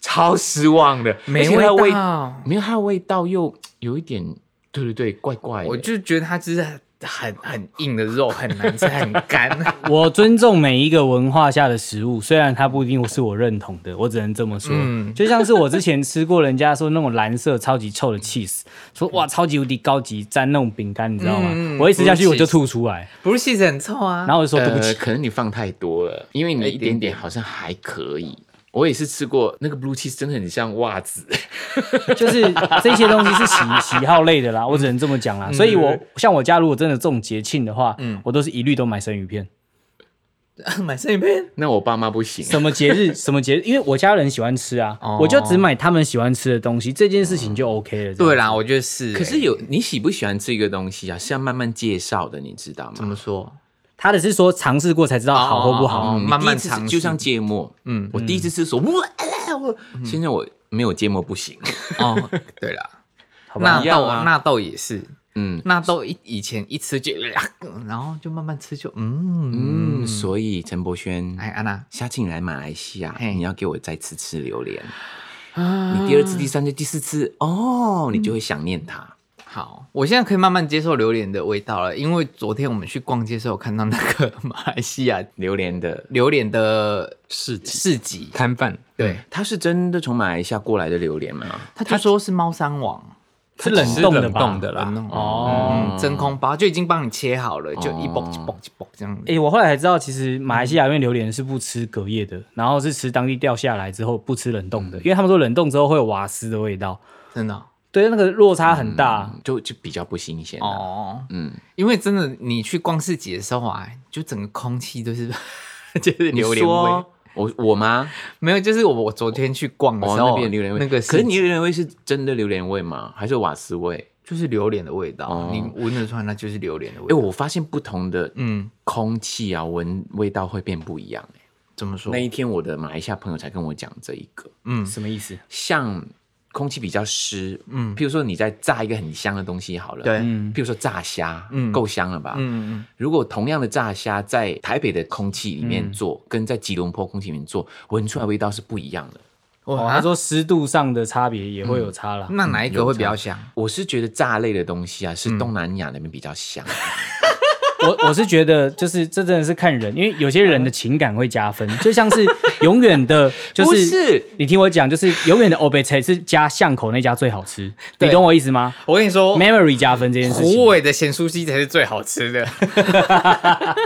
B: 超失望的，
D: 没
B: 而且它的
D: 味
B: 味，
D: 道。啊
B: 没有它的味道又有一点，对对对，怪怪的。
D: 我就觉得它就是很很硬的肉，很难吃，很干。
E: 我尊重每一个文化下的食物，虽然它不一定是我认同的，我只能这么说。
D: 嗯
E: 就像是我之前吃过人家说那种蓝色超级臭的 cheese，说哇超级无敌高级，沾那种饼干，你知道吗？
D: 嗯
E: 我一吃下去
B: blue
E: 我就吐出来，
D: 不是气质很臭啊，
E: 然后我就说对不
B: 呃，
E: 起。
B: 可能你放太多了，因为你一点点好像还可以。嗯我也是吃过那个 blue cheese，真的很像袜子。
D: 呃
E: 就是这些东西是喜喜好类的啦，
D: 嗯
E: 我只能这么讲啦。所以我像我家如果真的这种节庆的话，
D: 嗯
E: 我都是一律都买生鱼片。
D: 买生鱼片
B: 那我爸妈不行，
E: 什么节 日什么节日，因为我家人喜欢吃啊，
D: 哦
E: 我就只买他们喜欢吃的东西，这件事情就 OK 了。
D: 对，啦，我觉得是、欸
B: 可是有你喜不喜欢吃一个东西啊？是要慢慢介绍的，你知道吗？
D: 怎么说？
E: 他的是说尝试过才知道好或不
D: 哦
E: 好。
B: 嗯
D: 慢慢
B: 第一次
D: 尝试
B: 就像芥末。嗯
D: 嗯，
B: 我第一次吃的时候，哇，哎我现在我没有芥末不行。
D: 哦，对啦，
E: 吧
D: 纳
B: 一样
D: 豆
B: 啊
D: 纳豆也是，
B: 嗯
D: 纳豆一以前一吃就，然后就慢慢吃就嗯嗯，
B: 嗯，所以陈柏轩，
D: 哎安娜，
B: 下次你来马来西亚，
D: 嘿
B: 你要给我再次吃榴莲。你第二
D: 嗯
B: 次、第三次、第四次，哦，你就会想念它。
D: 好，我现在可以慢慢接受榴莲的味道了，因为昨天我们去逛街的时候，看到那个马来西亚
B: 榴莲的，
D: 榴莲的
C: 是
D: 市集，
C: 摊贩，
D: 对，
B: 它是真的从马来西亚过来的榴莲吗？
D: 他就说是猫山王，
E: 是冷
C: 是
E: 冻的
C: 冷
E: 吧
C: 冻的啦。
E: 哦。
D: 嗯，真空包就已经帮你切好了，
B: 哦
D: 就一包一包一包这样子。
E: 哎、我后来才知道，其实马来
D: 嗯
E: 西亚因为榴莲是不吃隔夜的，然后是吃当地掉下来之后不吃冷
D: 嗯
E: 冻的，因为他们说冷冻之后会有瓦斯的味道，
D: 真的哦
E: 对，那个落差很大。
D: 嗯
B: 就就比较不新鲜啊
D: 哦，
B: 嗯，
D: 因为真的你去逛市集的时候啊，就整个空气都是 就是
B: 你
D: 榴莲味
B: 说。我我吗？
D: 没有，就是我我昨天去逛的
B: 哦，
D: 时候，
B: 那边榴莲味，
D: 那个
B: 可是
D: 集
B: 你的榴莲味是真的榴莲味吗？还是瓦斯味？
D: 就是榴莲的味道，
B: 哦
D: 你闻得出来，那就是榴莲的味
B: 哎，
D: 道。
B: 我发现不同的
D: 嗯，
B: 空气啊，闻味道会变不一样。哎
D: 怎么说
B: 那？一天我的马来西亚朋友才跟我讲这一个，
D: 嗯，
E: 什么意思？
B: 像空气比较湿，嗯，
D: 嗯
B: 譬如说你在炸一个很香的东西好了，
D: 对，，
E: 嗯
B: 譬如说炸虾，嗯，
D: 嗯
B: 够香了吧？
D: 嗯嗯
B: 如果同样的炸虾在台北的空气里面做，
D: 嗯
B: 跟在吉隆坡空气里面做，闻出来味道是不一样的。
D: 嗯，
E: 哦，
D: 哇，嗯
E: 他说湿度上的差别也会有差啦。
D: 那哪一个会比较香？
B: 我是觉得炸类的东西啊，
D: 嗯
B: 是东南亚那边比较香。
E: 我我是觉得，就是这真的是看人，因为有些人的情感会加分，就像是永远 的，就
B: 不
E: 是
B: 是
E: 你听我讲，就是永远的欧贝菜是加巷口那家最好吃，你
D: 对哦
E: 懂我意思吗
D: 我跟你说
E: ？Memory 加分这件事
D: 胡
E: 情，
D: 伟的咸酥鸡才是最好吃的。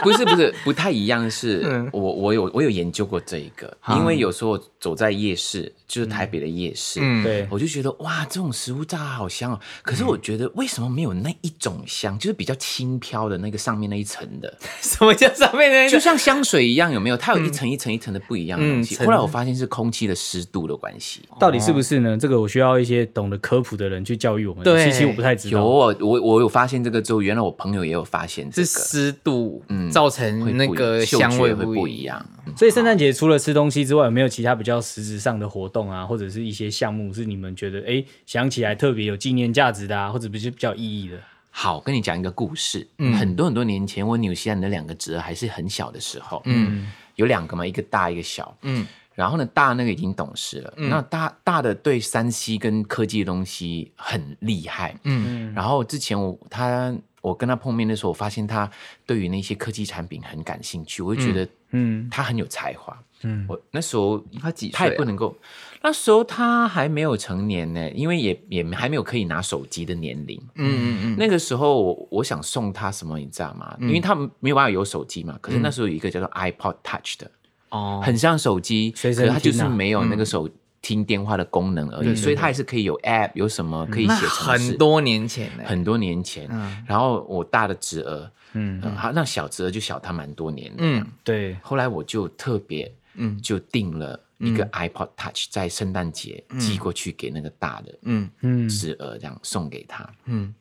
B: 不是不是不太一样是，
D: 嗯
B: 我我有我有研究过这一个，因为有时候我走在夜市，就是台北的夜市，
D: 嗯，
E: 对，
B: 我就觉得哇，这种食物炸得好香哦。可是我觉得为什么没有那一种香，就是比较轻飘的那个上面那一层的，
D: 什么叫上面那
B: 就
D: 个？
B: 像香水一样，有没有？它有一层一层一层的不一样的东西。
D: 嗯层
B: 后来我发现是空气的湿度的关系。
E: 到底
B: 哦
E: 是不是呢？这个我需要一些懂得科普的人去教育我们。
D: 对
E: 其实我不太知
B: 有哦
E: 道。
B: 我我我有发现这个之后，原来我朋友也有发现这
D: 是
B: 个，
D: 湿度
B: 嗯
D: 造
B: 会
D: 成
B: 不
D: 那
B: 一
D: 个
B: 嗅
D: 香
B: 觉
D: 味
B: 会不
D: 一
B: 一。样。
E: 所以圣诞节除了吃东西之外，有没有其他比较实质上的活动啊，或者是一些项目是你们觉得哎、诶想起来特别有纪念价值的啊，或者不是比较有意义的？
B: 好，跟你讲一个故事。很多很多年前，我纽西兰的两个侄儿还是很小的时候，嗯，有两个嘛，一个大一个小，嗯
D: 嗯。
B: 然后呢，大那个已经懂事了，那大大的对山西跟科技的东西很厉害，
D: 嗯
B: 然后之前我他我跟他碰面的时候，我发现他对于那些科技产品很感兴趣，我就觉得嗯
E: 嗯
B: 他很有才华。嗯，我那时候
D: 他几岁啊
B: 他也不能够，那时候他还没有成年呢，因为也也还没有可以拿手机的年龄。
D: 嗯嗯
B: 那个时候我我想送他什么，你知道吗？因为他没有办法有手机嘛。可是那时候有一个叫做 iPod Touch 的，
D: 哦，
B: 很像手机，可
E: 随身
B: 是它就是
E: 听啊
B: 没有那个手听电话的功能而已，所以它也是可以有 App 有什么可以
D: 那
B: 写程式
D: 很。多年前呢，
B: 很多年前，
D: 嗯
B: 然后我大的侄儿，嗯，好、那小侄儿就小他蛮多年的，嗯，
D: 嗯
E: 对，
B: 后来我就特别，嗯，
D: 嗯
B: 就订了一个 iPod Touch，在圣诞节寄过去给那个大的
D: 嗯
E: 嗯，
B: 侄儿，这样送给他，
D: 嗯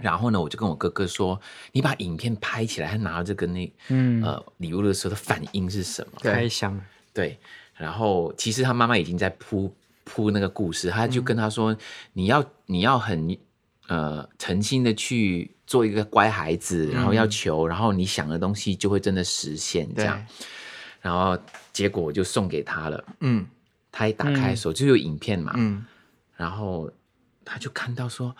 B: 然后呢，我就跟我哥哥说，你把影片拍起来，他拿到这个那，
E: 嗯
B: 呃，礼物的时候的反应是什么？
D: 对
C: 开箱，
B: 对，然后其实他妈妈已经在铺铺那个故事，他就跟他说，你要你要很呃诚心的去做一个乖孩子，然后要求，然后你想的东西就会真的实现这样。然后结果我就送给他了，
D: 嗯
B: 他一打开的时候、就有影片嘛，
D: 嗯，
B: 然后他就看到说。哦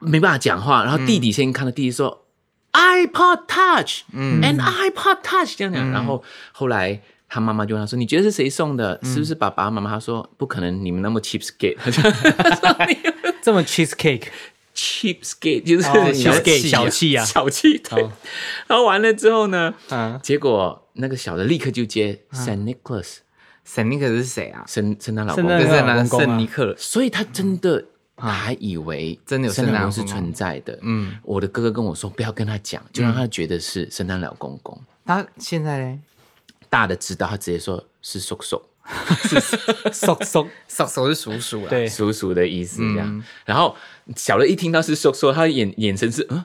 B: 没办法讲话，然后弟弟先看到弟弟说。iPod Touch，嗯，an iPod Touch 这样讲，然后后来他妈妈就问他说：“你觉得是谁送的？是不是爸爸妈妈？”他说：“不可能，你们那么 cheapskate。”他说
E: 这么 cheesecake，
B: cheapskate 就是
E: 哦
B: 小
E: cheapskate，小气啊
B: 小气。对，然后完了之后呢，
D: 嗯，
B: 结果那个小的立刻就接 Saint Nicholas
D: 沈尼克是谁啊？
B: 圣圣诞老
E: 圣
B: 公
E: 诞
B: 公
D: 就
E: 老
D: 是
E: 公
D: 那
E: 公啊
D: 圣尼克，
B: 所以他真的还以为
D: 真的有
B: 圣诞老公
D: 圣
B: 是
D: 诞老公
B: 存在的。
D: 嗯，
B: 我的哥哥跟我说不要跟他讲，就让他觉得是圣诞老公公。
D: 他现在呢？
B: 大的知道，他直接说是叔叔。
E: 嗖嗖，
D: 手手是叔叔啊，
E: 对，
B: 叔叔的意思这样。然后小的一听到是叔叔，他的眼眼神是嗯。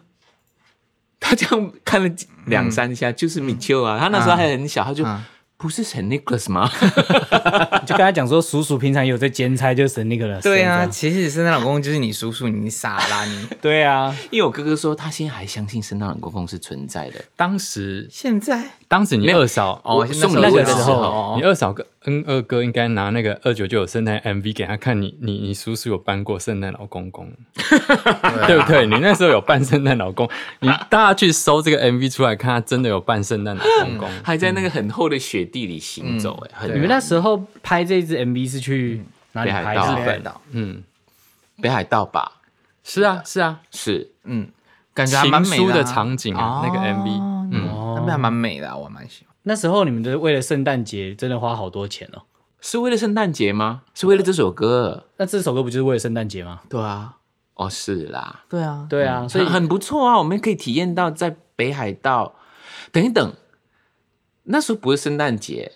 B: 他这样看了两三下，就是 Michio 啊，他那时候还很小，他就
D: 啊
B: 不是 Saint Nicholas 吗？
E: 你就跟他讲说，叔叔平常有在兼差，就是神那个人。
D: 对啊，
E: 神
D: 其实圣诞老公就是你叔叔，你傻啦 你。
E: 这样，对啊，
B: 因为我哥哥说他现在还相信圣诞老公公是存在的，
C: 当时
D: 现在
C: 当时你二嫂
D: 哦，
B: 送
D: 那
B: 礼
E: 那
B: 物
E: 个
B: 的
E: 时
B: 时
E: 候
B: 候，
C: 你
D: 哦，
C: 二嫂跟跟二哥应该拿那个二九九圣诞 MV 给他看你，你你叔叔有扮过圣诞老公公，
D: 啊
C: 对不对？你那时候有扮圣诞老公，你大家去搜这个 MV 出来看，他真的有扮圣诞老公公。
D: 嗯
B: 还在那个很厚的雪地里行走、哎、很
E: 你们那时候拍这支 MV 是去哪里
B: 北海
E: 拍？
B: 道
E: 日本。
D: 岛，
C: 嗯，
B: 北海道吧？
C: 是啊是啊，
B: 是，
D: 嗯，感觉还蛮
C: 情
D: 美
C: 书
D: 的啊
C: 的场景啊，那个 MV，嗯，
D: 那边还蛮美的啊，我蛮喜欢。
E: 那时候你们的为了圣诞节真的花好多钱哦。
B: 是为了圣诞节吗？是为了这首歌？
E: 那这首歌不就是为了圣诞节吗？
D: 对啊，
B: 哦，是啦，
D: 对啊，
E: 对啊，所
B: 所
E: 以
B: 以很不错啊，我们可以体验到在北海道。等一等，那时候不是圣诞节，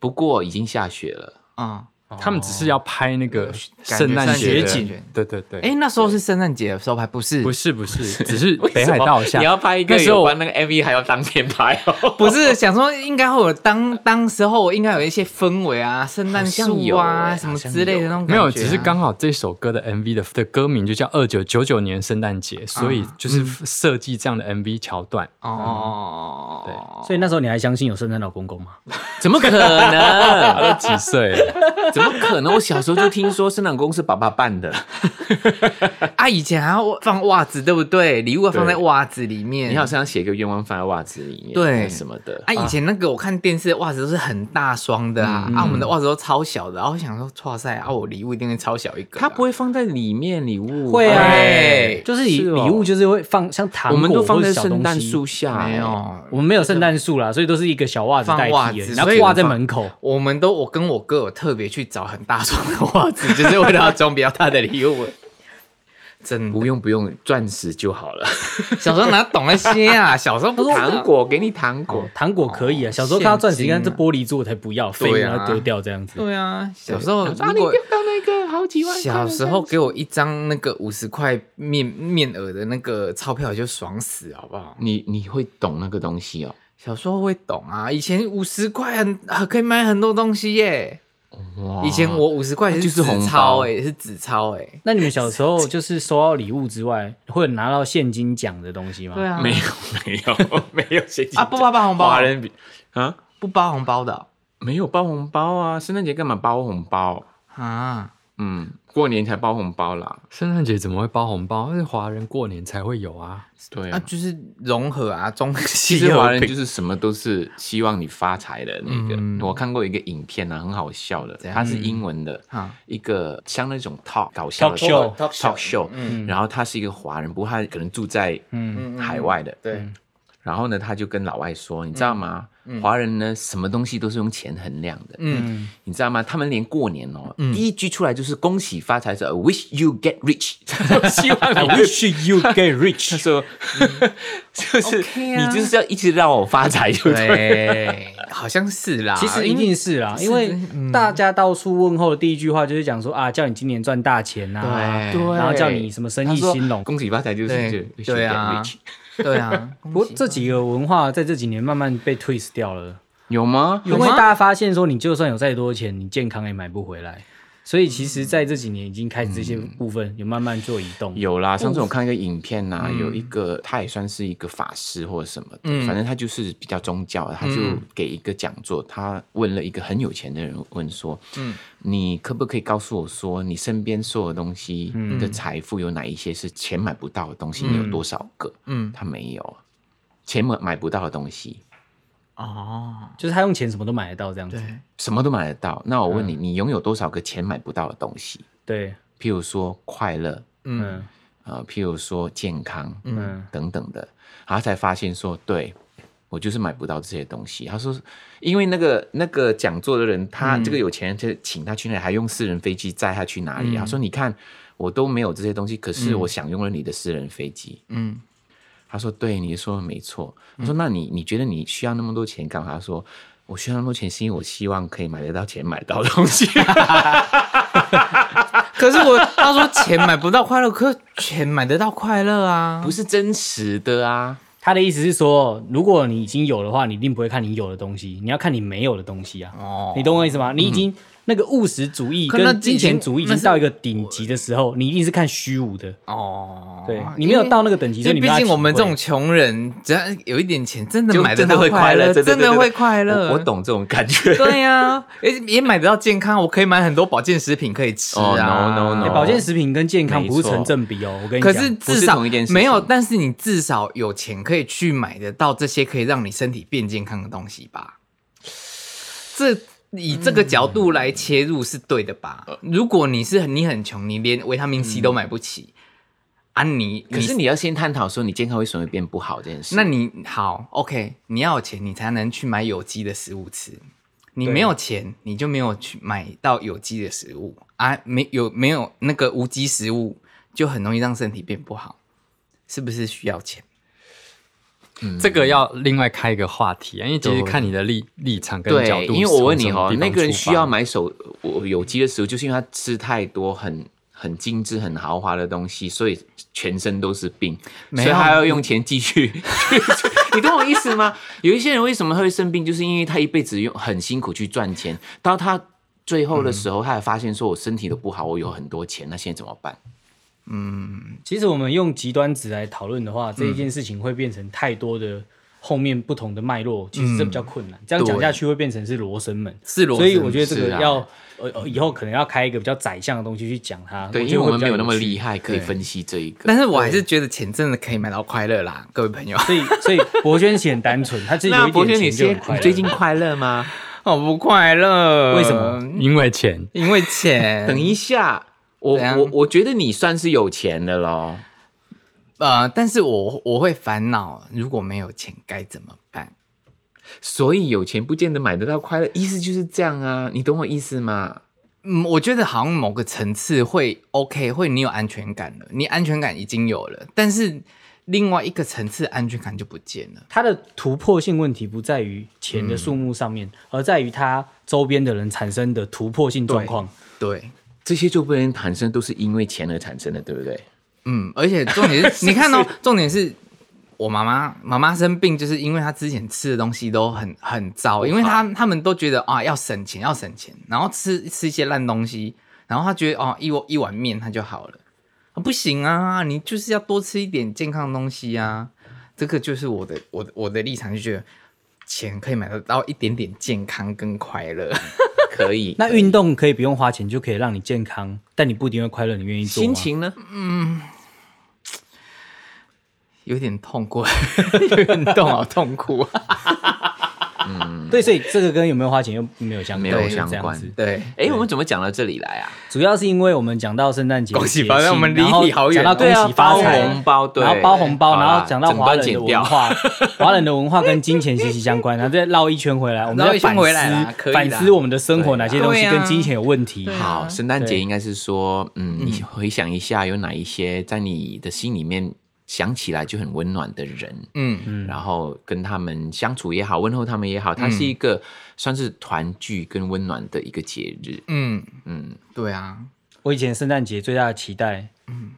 B: 不过已经下雪了。
D: 嗯，
C: 他们只是要拍那个
D: 感觉
C: 圣诞节的
D: 圣诞节，
C: 对对对。
D: 哎，那时候是圣诞节的时候，还不是？
C: 不是不 是，只是北海道下
B: 你要拍一个
C: 那时候
B: 有关那个 MV，还要当天拍哦。
D: 不是想说应该会有当当时候应该有一些氛围啊，圣诞树
B: 好像有
D: 啊
B: 欸
D: 什么之类的那种感觉
C: 没
D: 啊
C: 有，只是刚好这首歌的 MV 的的歌名就叫《二九九九年圣诞节》，所以就是设计这样的 MV 桥段。
D: 啊嗯哦哦
C: 对
D: 哦，
E: 所以那时候你还相信有圣诞老公公吗？
B: 怎么可
C: 他
B: 能？
C: 都几岁了？
B: 怎么可能？我小时候就听说圣诞公是爸爸办的。
D: 以啊以前还要放袜子，对不对？礼物要放在
B: 对
D: 袜子里 面。
B: 你好像写一个愿望放在袜子里面，
D: 对
B: 什么的。
D: 啊，以前那个我看电视的袜子都是很大双的啊，啊，我们的袜子都超小的，啊，我想说，哇塞，啊，我礼物一定会超小一个啊，
B: 他不会放在里面礼物，
E: 会啊
D: 对
E: 就是礼
B: 是哦
E: 礼物就是会放像糖
B: 我
E: 果
B: 们都放
E: 或
B: 在
E: 者小
B: 圣诞
E: 东西
B: 树，下，
D: 没
B: 哎
D: 有，
E: 我们没有圣诞树啦，所以都是一个小袜子
D: 放
E: 代替
D: 袜
E: 而已
D: 子
E: 然后
D: 所以
E: 挂在
D: 放
E: 门口。
D: 我们都我跟我哥有特别去找很大双的袜子，就是为了要装比较大的礼物。真的
B: 不用不用，钻石就好 了。
D: 小时候哪懂那些啊？小时候不是
B: 糖果给你糖果，
E: 糖果可以啊，小时候看到钻石，
D: 现
E: 你
D: 金啊
E: 看这玻璃做我才不要，废物
D: 对啊
E: 要丢掉这样子。
D: 对啊，小时候如
B: 你
D: 果
B: 掉到那个哎好几万块的
D: 小时候给我一张那个五十块面面额的那个钞票，我就爽死，好不好？
B: 你你会懂那个东西哦。
D: 小时候会懂啊，以前五十块很啊可以买很多东西耶。
B: 哇
D: 以前我五十块
B: 那
D: 是
B: 就是
D: 纸
B: 红
D: 钞
B: 包
D: 哎，是纸钞哎。
E: 那你们小时候就是收到礼物之外，会有拿到现金奖的东西吗？
D: 对 啊，
B: 没有没有 没有现金
D: 啊不包包红包啊
B: 华人比啊
D: 不包红包的
B: 没有包红包啊，圣诞节干嘛包红包？
D: 啊。
B: 嗯，过年才包红包啦。
C: 圣诞节怎么会包红包？那是华人过年才会有啊。
B: 对
D: 啊，
B: 啊，
D: 就是融合啊， 中
B: 其
D: 西
B: 实
D: 合
B: 华人
D: 并
B: 就是什么都是希望你发财的那个。我看过一个影片啊，很好笑的，
D: 嗯样
B: 它是英文的
D: 啊，
B: 一个像那种 talk 搞笑的
E: Talk show
B: talk talk show，然后
D: 嗯
B: 他是一个华人，不过他可能住在海外的，
D: 嗯对，
B: 然后呢，他就跟老外说，你知道吗？华人呢，什么东西都是用钱衡量的。
D: 嗯，
B: 你知道吗？他们连过年哦，第一句出来就是“恭喜发财”，是 “I “Wish you get rich”，希望
E: I
B: 你会
E: wish you get rich
B: 他。说，就是
D: OK
B: 你
D: 啊
B: 就是要一直让我发财，就对。
D: 对，好像是啦。
E: 其实一
D: 因为
E: 定是啦，啊因为嗯大家到处问候的第一句话就是讲说啊，叫你今年赚大钱啊，
D: 对
E: 然后叫你什么生
B: 他
E: 意
B: 说
E: 兴隆。
B: 恭喜发财就是
D: 对
B: 就 wish you
D: 对
B: get
D: 啊
B: rich
D: 对啊，
E: 不过这几个文化在这几年慢慢被 twist 掉了，
B: 有吗？
E: 因
D: 吗
E: 为大家发现说，你就算有再多钱，你健康也买不回来，所以其实在这几年已经开始这些部分嗯有慢慢做移动。
B: 有啦，上次我看一个影片呐、有一个他也算是一个法师或者什么的，反正他就是比较宗教的，他就给一个讲座，他问了一个很有钱的人问说，嗯，你可不可以告诉我说，你身边所有东西的财富有哪一些是钱买不到的东西？你有多少个？嗯，他没有，钱买买不到的东西，
D: 哦，
E: 就是他用钱什么都买得到这样子。
D: 对，
B: 什么都买得到。那我问你，你拥有多少个钱买不到的东西？
E: 对，
B: 譬如说快乐，
D: 嗯，
E: 嗯
B: 呃，譬如说健康，
E: 嗯
B: 等等的，然后才发现说，对我就是买不到这些东西。他说，因为那个那个讲座的人，他、这个有钱人就请他去那里，还用私人飞机载他去哪里？他说，你看我都没有这些东西，可是我享用了你的私人飞机。
D: 嗯，
B: 他说，对，你说的没错。他说，那你你觉得你需要那么多钱干嘛？他说。我需要那么多钱，是因为我希望可以买得到钱买到东西。啊
D: 可是我他说钱买不到快乐，可是钱买得到快乐啊
B: 不。是真实的啊。
E: 他的意思是说，如果你已经有的话，你一定不会看你有的东西，你要看你没有的东西啊。
D: 哦
E: 你懂我意思吗？你已经、那个务实主义
D: 可那
E: 跟金钱主义已经到一个顶级的时候，你一定是看虚无的。
D: 哦，
E: 对你没有到那个等级，
D: 因
E: 所以
D: 为
E: 你没
D: 毕
E: 有办法
D: 竟我们
E: 体
D: 这
E: 会
D: 种穷人，只要有一点钱，真的
B: 就
D: 买得
B: 真的
D: 到
B: 会快乐，
D: 乐，
B: 对对
D: 真
B: 对
D: 的
B: 对
D: 会
B: 对
D: 快乐。
B: 我 我。懂这种感觉。
D: 对呀，也也买得到健康，我可以买很多保健食品可以吃
B: 哦
D: 啊。
B: ，no，no，no
E: 哎保健食品跟健康
B: 没
E: 不是
B: 错
E: 成正比哦，我跟你
D: 可
E: 讲。
D: 是
B: 不
D: 至
B: 是
D: 少
B: 同一件事情
D: 没有，但是你至少有钱可以去买得到这些可以让你身体变健康的东西吧？这以这个角度来切入是对的吧？如果你是很你很穷，你连维他命 C 都买不起，啊嗯你，
B: 可是你要先探讨说你健康为什么会变不好这件事。
D: 那你好，OK，你要有钱，你才能去买有机的食物吃。你
E: 对
D: 没有钱，你就没有去买到有机的食物啊，没有没有那个无机食物，就很容易让身体变不好，是不是需要钱？
B: 嗯
C: 这个要另外开一个话题啊，因为其实看你的立立场跟角
B: 对，
C: 度。
B: 因为我问你哦，
C: 从什么地方
B: 那个人
C: 出发
B: 需要买手我有机的食物，就是因为他吃太多很很精致、很豪华的东西，所以全身都是病，
D: 没
B: 所以
D: 有
B: 他要用钱继续。你懂我意思吗？有一些人为什么会生病，就是因为他一辈子用很辛苦去赚钱，到他最后的时候，他才发现说我身体都不好，我有很多钱，那现在怎么办？
E: 其实我们用极端值来讨论的
B: 嗯
E: 话，这一件事情会变成太多的后面不同的脉络，其实这比
B: 嗯
E: 较困难。这样讲下去会变成是罗生门，
D: 是罗生
E: 所
D: 门
E: 以我觉得这个
B: 是啊
E: 要、呃呃以后可能要开一个比较窄向的东西去讲它。
B: 对，
E: 觉得
B: 因为
E: 会
B: 我
E: 比
B: 们
E: 较
B: 没有那么
E: 趣
B: 厉害可以
D: 对
B: 分析这一个。
D: 但是我还是觉得钱真的可以买到快乐啦，各位朋友。
E: 所以，所以博轩是很单纯，他自己有
B: 那
E: 一
B: 博
E: 点
B: 轩，你
E: 钱就很
B: 先
E: 快
B: 你
E: 乐
B: 最近快乐 吗？
D: 我哦不快乐，
E: 为什么？
C: 因为钱，
D: 因为钱。
B: 等一下，我
D: 怎样
B: 我我觉得你算是有钱的喽。
D: 呃，但是我我会烦恼，如果没有钱该怎么办？
B: 所以有钱不见得买得到快乐，意思就是这样啊，你懂我意思吗？
D: 嗯，我觉得好像某个层次会 OK，会你有安全感了，你安全感已经有了，但是另外一个层次安全感就不见了。
E: 他的突破性问题不在于钱
B: 嗯
E: 的数目上面，而在于他周边的人产生的突破性状况。
D: 对，
B: 这些就不能产生，都是因为钱而产生的，对不对？
D: 嗯，而且重点 是，你看哦，重点是我妈妈妈妈生病，就是因为她之前吃的东西都很很糟，因为她他们都觉得啊要省钱要省钱，然后吃吃一些烂东西，然后她觉得哦一碗一碗面她就好了、啊，不行啊，你就是要多吃一点健康的东西啊，这个就是我的我的我的立场就觉得。钱可以买得到一点点健康跟快乐，
B: 可以。
E: 那运动可以不用花钱就可以让你健康，但你不一定会快乐，你愿意做吗？啊
B: 心情呢？
D: 有点痛苦， 运动好痛苦啊！
E: 对，所以这个跟有没有花钱又没有相关，
B: 没有
E: 对
B: 相
E: 这样
B: 关
E: 子
D: 对，
B: 哎，我们怎么讲到这里来啊？
E: 主要是因为我们讲到圣诞节的
D: 恭
E: 节
D: 喜
E: 气，
D: 发财我们离
E: 然后
D: 你好远
E: 讲到恭
B: 对啊
E: 喜发
B: 包
E: 财
B: 红。包，对，
E: 然后包红包，
B: 好
E: 然
B: 啦
E: 后讲到
B: 整
E: 华
B: 段
E: 人的
B: 剪
E: 文
B: 掉。
E: 化，华人的文化跟金钱息息相关，然后再绕一圈回来，我们
D: 绕
E: 再
D: 一圈
E: 反
D: 回来啦可
E: 思
D: 以啦
E: 反思我们的生活哪些东西
D: 对啊
E: 跟金钱有问题。
B: 好，圣诞节
E: 对
B: 应该是说，啊嗯，你回想一下，有哪一些在你的心里面想起来就很温暖的人，
D: 嗯，
B: 然后跟他们相处也好，问候他们也好，它是一个算是团聚跟温暖的一个节日。
D: 嗯，
B: 嗯，
D: 对啊，
E: 我以前圣诞节最大的期待，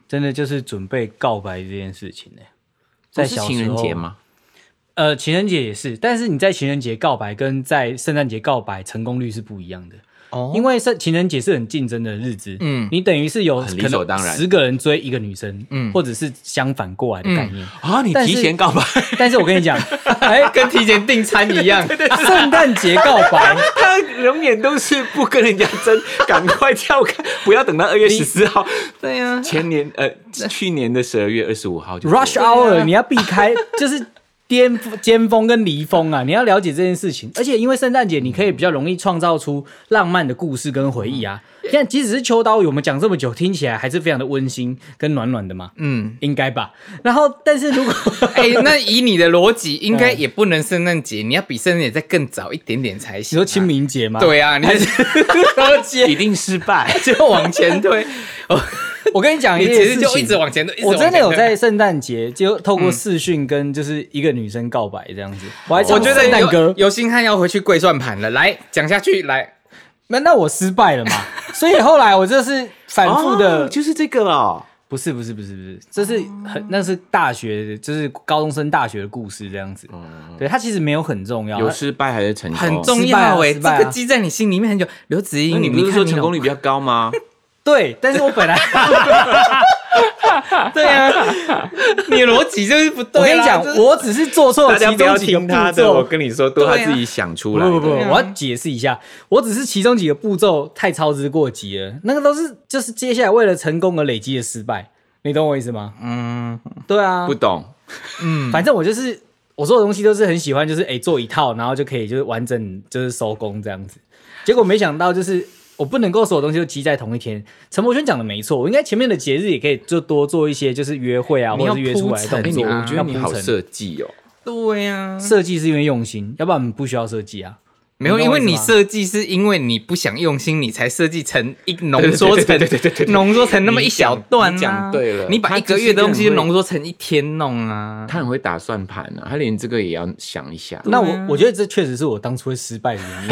E: 真的就是准备告白这件事情呢、在
B: 这是
E: 小
B: 情
E: 时
B: 人
E: 候
B: 节吗？
E: 呃，情人节也是，但是你在情人节告白跟在圣诞节告白成功率是不一样的。
D: 哦
E: 因为是情人节是很竞争的日子，
D: 嗯
E: 嗯，你等于是有
B: 很
E: 可
B: 理所
E: 能
B: 当然
E: 十个人追一个女生，
D: 嗯
E: 嗯，或者是相反过来的概念。
B: 啊，你
E: 但
B: 提
E: 是
B: 前 告白，
E: 但是我跟 你讲，哎，
D: 跟提前订餐一 样，
E: 圣诞节告白，
B: 他永远都是不跟人家争，赶快跳开，不要等到二月十四号。
D: 对呀，
B: 前年呃，去年的十二月二十五号就
E: rush
D: 啊
E: hour，你要避开， 就是巅峰、尖峰跟离峰啊！你要了解这件事情，而且因为圣诞节，你可以比较容易创造出浪漫的故事跟回忆啊。
D: 嗯
E: 你看，即使是秋刀鱼，我们讲这么久，听起来还是非常的温馨跟暖暖的嘛，
D: 嗯，
E: 应该吧？然后，但是 如果
D: 哎，那以你的逻辑，应该也不能圣诞节，你要比圣诞节再更早一点点才
E: 你
D: 行啊。
E: 说清明节嘛，，
D: 对啊，你还是
B: 一定失败。
D: 就往前推，
E: 我跟你讲一
D: 你
E: 件
D: 其
E: 事
D: 实
E: 情，
D: 就一直往前推。一直
E: 我
D: 往前
E: 真的有
D: 推
E: 在圣诞节就透过视讯跟就是一个女生告白这样子，我还
D: 嗯我
E: 唱
D: 觉得
E: 圣诞歌
D: 有。有星汉要回去跪算盘了，来讲下去，来，
E: 那那我失败了嘛？所以后来我就是反复的、
B: 哦就是这个哦。
E: 不是不是不是不是，这是很那是大学，就是高中生大学的故事这样子。对，它其实嗯没有很重要。
B: 有失败还是成功？
D: 很重
E: 失败啊
D: 要哎，
E: 失
D: 这
E: 败啊
D: 个记在你心里面很久。刘子
B: 那
D: 英，
B: 你不是
D: 看
B: 说成功
D: 懂
B: 率比较高 吗？
E: 对，但是我 本来
D: 对啊，你的逻辑就是不对
E: 我
D: 啊。
E: 跟你讲
D: 就，是
E: 我只是做错了其中几个步骤。
B: 跟你说，都
D: 对啊
B: 自己想出
E: 不
B: 来的。
E: 不不，
D: 啊
E: 我要解释一下，我只是其中几个步骤太操之过急了，那个都是就是接下来为了成功而累积的失败，你懂我意思吗？
D: 嗯，
E: 对啊，
B: 不懂。
E: 反正我就是我所有东西都是很喜欢，就是哎、诶做一套，然后就可以就是完整就是收工这样子。结果没想到就是我不能够所有东西都积在同一天。陈柏轩讲的没错，我应该前面的节日也可以就多做一些就是约会啊，
D: 你
E: 或
D: 要
E: 者是约出来的
D: 铺
E: 动
D: 陈
E: 作。
D: 啊
B: 我觉得
E: 要
B: 哎你
E: 铺
B: 好
E: 陈
B: 设计哦。
D: 对呀，
E: 设计是因为用心，要不然我们不需要设计啊。
D: 没有，
E: 你
D: 因
E: 懂我
D: 为
E: 意思吗
D: 你设计是因为你不想用心，你才设计成一浓缩成，浓缩成那么一小段啊。
B: 你讲对了
D: 你把一个月的东西浓缩成一天弄 啊。
B: 他很会打算盘啊，他连这个也要想一 下。
E: 那我我觉得这确实是我当初会失败的原因。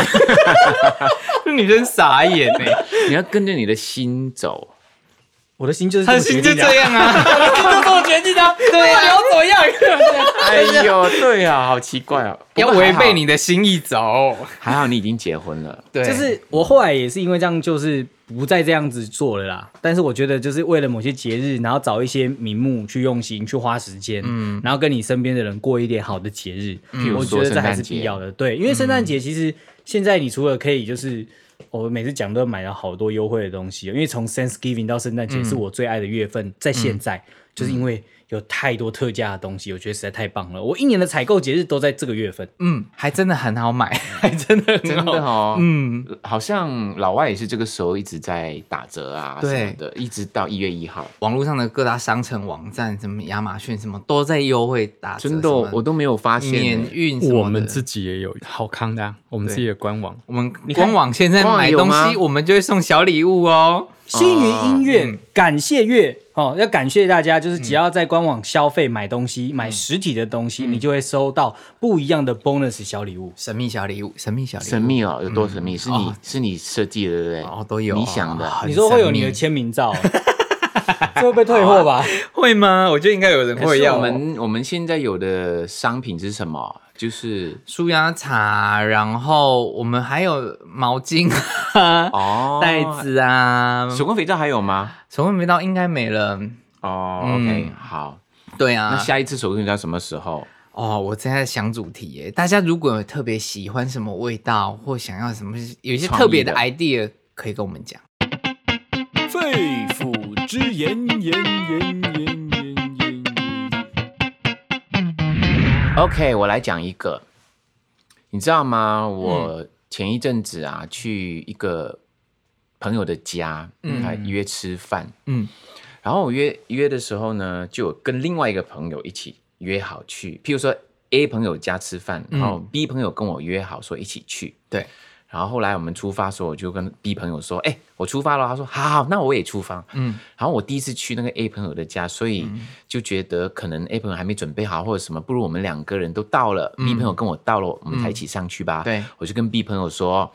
D: 这女生傻眼哎，
B: 你要跟着你的心走。
E: 我的心就是
D: 她
E: 这
D: 的
E: 么
D: 心
E: 决
D: 就
E: 定的啊，
D: 这样啊。
E: 就这么决定的 啊。
D: 对啊，怎样？
B: 哎呦，对啊，好奇怪哦，
D: 要
B: 不过还
D: 违
B: 好
D: 背你。的心意走。
B: 还好你已经结婚了，
D: 对
E: 就是我后来也是因为这样，就是不再这样子做了啦。但是我觉得，就是为了某些节日，然后找一些名目去用心，去花时间，嗯，然后跟你身边的人过一点好的节日，
B: 譬嗯如
E: 我觉
B: 说
E: 得
B: 圣
E: 这还
B: 诞
E: 是必
B: 节嗯
E: 要。的。对，因为圣诞节其实现在你除了可以就是。我每次讲都买了好多优惠的东西，因为从 Thanksgiving 到圣诞节
B: 嗯
E: 是我最爱的月份，在现在、就是因为有太多特价的东西，我觉得实在太棒了。我一年的采购节日都在这个月份，
D: 嗯，还真的很好买， 还 真的
B: 真
D: 很
B: 的
D: 好。
B: 哦，
D: 嗯，
B: 好像老外也是这个时候一直在打折啊，
D: 对
B: 什么的，一直到一月一号。
D: 网络上的各大商城网站，什么亚马逊什么都在优惠打折，
B: 真的哦，
D: 什么
B: 我都没有发现
D: 免
B: 欸。
D: 运什么的。
C: 我们自己也有好康的、啊，我们自己的官网。
D: 我们官网现在
B: 官网
D: 买
B: 有
D: 东
B: 吗
D: 西，我们就会送小礼物哦。
E: 星云音
D: 啊
E: 乐、感谢月哦，要感谢大家，就是只要在官网消费买东西，买实体的东西，你就会收到不一样的 bonus 小礼物。
D: 神秘小礼物，神秘小礼物，
B: 神秘哦，有多神秘？是你是你设计的，对不对？
D: 嗯哦都有
B: 你想的。
D: 哦
E: 你说会有你的签名照，哦 这会被退货吧？
D: 会吗？我觉得应该有人
B: 可
D: 会
B: 是
D: 要
B: 我们我们现在有的商品是什么？就是
D: 舒压茶，然后我们还有毛巾啊、
B: 哦，
D: 袋子啊，
B: 手工肥皂还有吗？
D: 手工没到应该没了。
B: 哦、
D: 嗯
B: o k 好，
D: 对
B: 那
D: 啊，
B: 下一次手工要什么时候？
D: 哦，我正在想主题耶。大家如果有特别喜欢什么味道，或想要什么，有一些特别的
B: 创
D: idea，可以跟我们讲。
A: 肺腑之言，言言言言言言。
B: OK，我来讲一个，你知道吗？我前一阵子啊，去一个朋友的家，他约吃饭，
D: 嗯
B: 嗯，然后我约约的时候呢，就有跟另外一个朋友一起约好去，譬如说 A 朋友家吃饭，然后 B 朋友跟我约好说一起去，
D: 对，
B: 然后后来我们出发的时候，我就跟 B 朋友说：“哎、我出发了。”他说：“好好，那我也出发。”嗯，然后我第一次去那个 A 朋友的家，所以就觉得可能 A 朋友还没准备好或者什么，不如我们两个人都到了、b 朋友跟我到了，我们才一起上去吧。
D: 对，
B: 我就跟 B 朋友说：“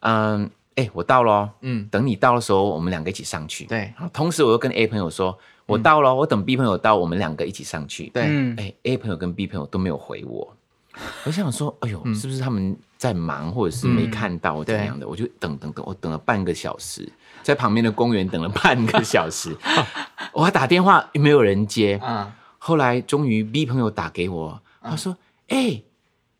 B: 嗯，哎、我到了。
D: 嗯
B: 嗯，等你到的时候，我们两个一起上去。
D: 对
B: 然后同时我又跟 A 朋友说：“我到了，我等 B 朋友到，我们两个一起上去。”
D: 对，
E: 嗯，
B: 哎、a 朋友跟 B 朋友都没有回我，我想说，哎呦，是不是他们在忙，或者是没看到怎样的？我就等等等，我等了半个小时，在旁边的公园等了半个小时，我还打电话没有人接。
D: 嗯，
B: 后来终于 B 朋友打给我，他说：“哎、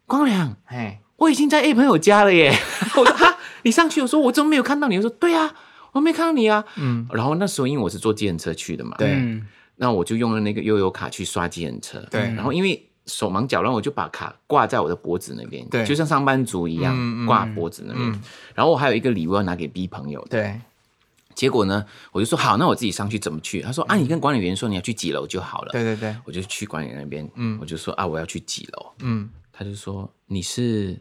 B: 光良，
D: 哎，
B: 我已经在 A 朋友家了 耶。”我说：“哈，你上去？”我说：“我怎么没有看到你？”我说：“对啊，我没看到你啊。”嗯，然后那时候因为我是坐计程车去的嘛，
D: 对
E: 嗯，
B: 那我就用了那个悠游卡去刷计程车。
D: 对
B: 然后因为手忙脚乱，我就把卡挂在我的脖子那边，
D: 对
B: 就像上班族一样、
D: 嗯嗯
B: 挂脖子那边。
D: 嗯
B: 然后我还有一个礼物要拿给 B 朋友的，
D: 对，
B: 结果呢，我就说好，那我自己上去怎么去？他
D: 嗯
B: 说啊，你跟管理员说你要去几楼就好了。
D: 对对对，
B: 我就去管理员那边，
D: 嗯
B: 我就说啊，我要去几楼？
D: 嗯，
B: 他就说你是，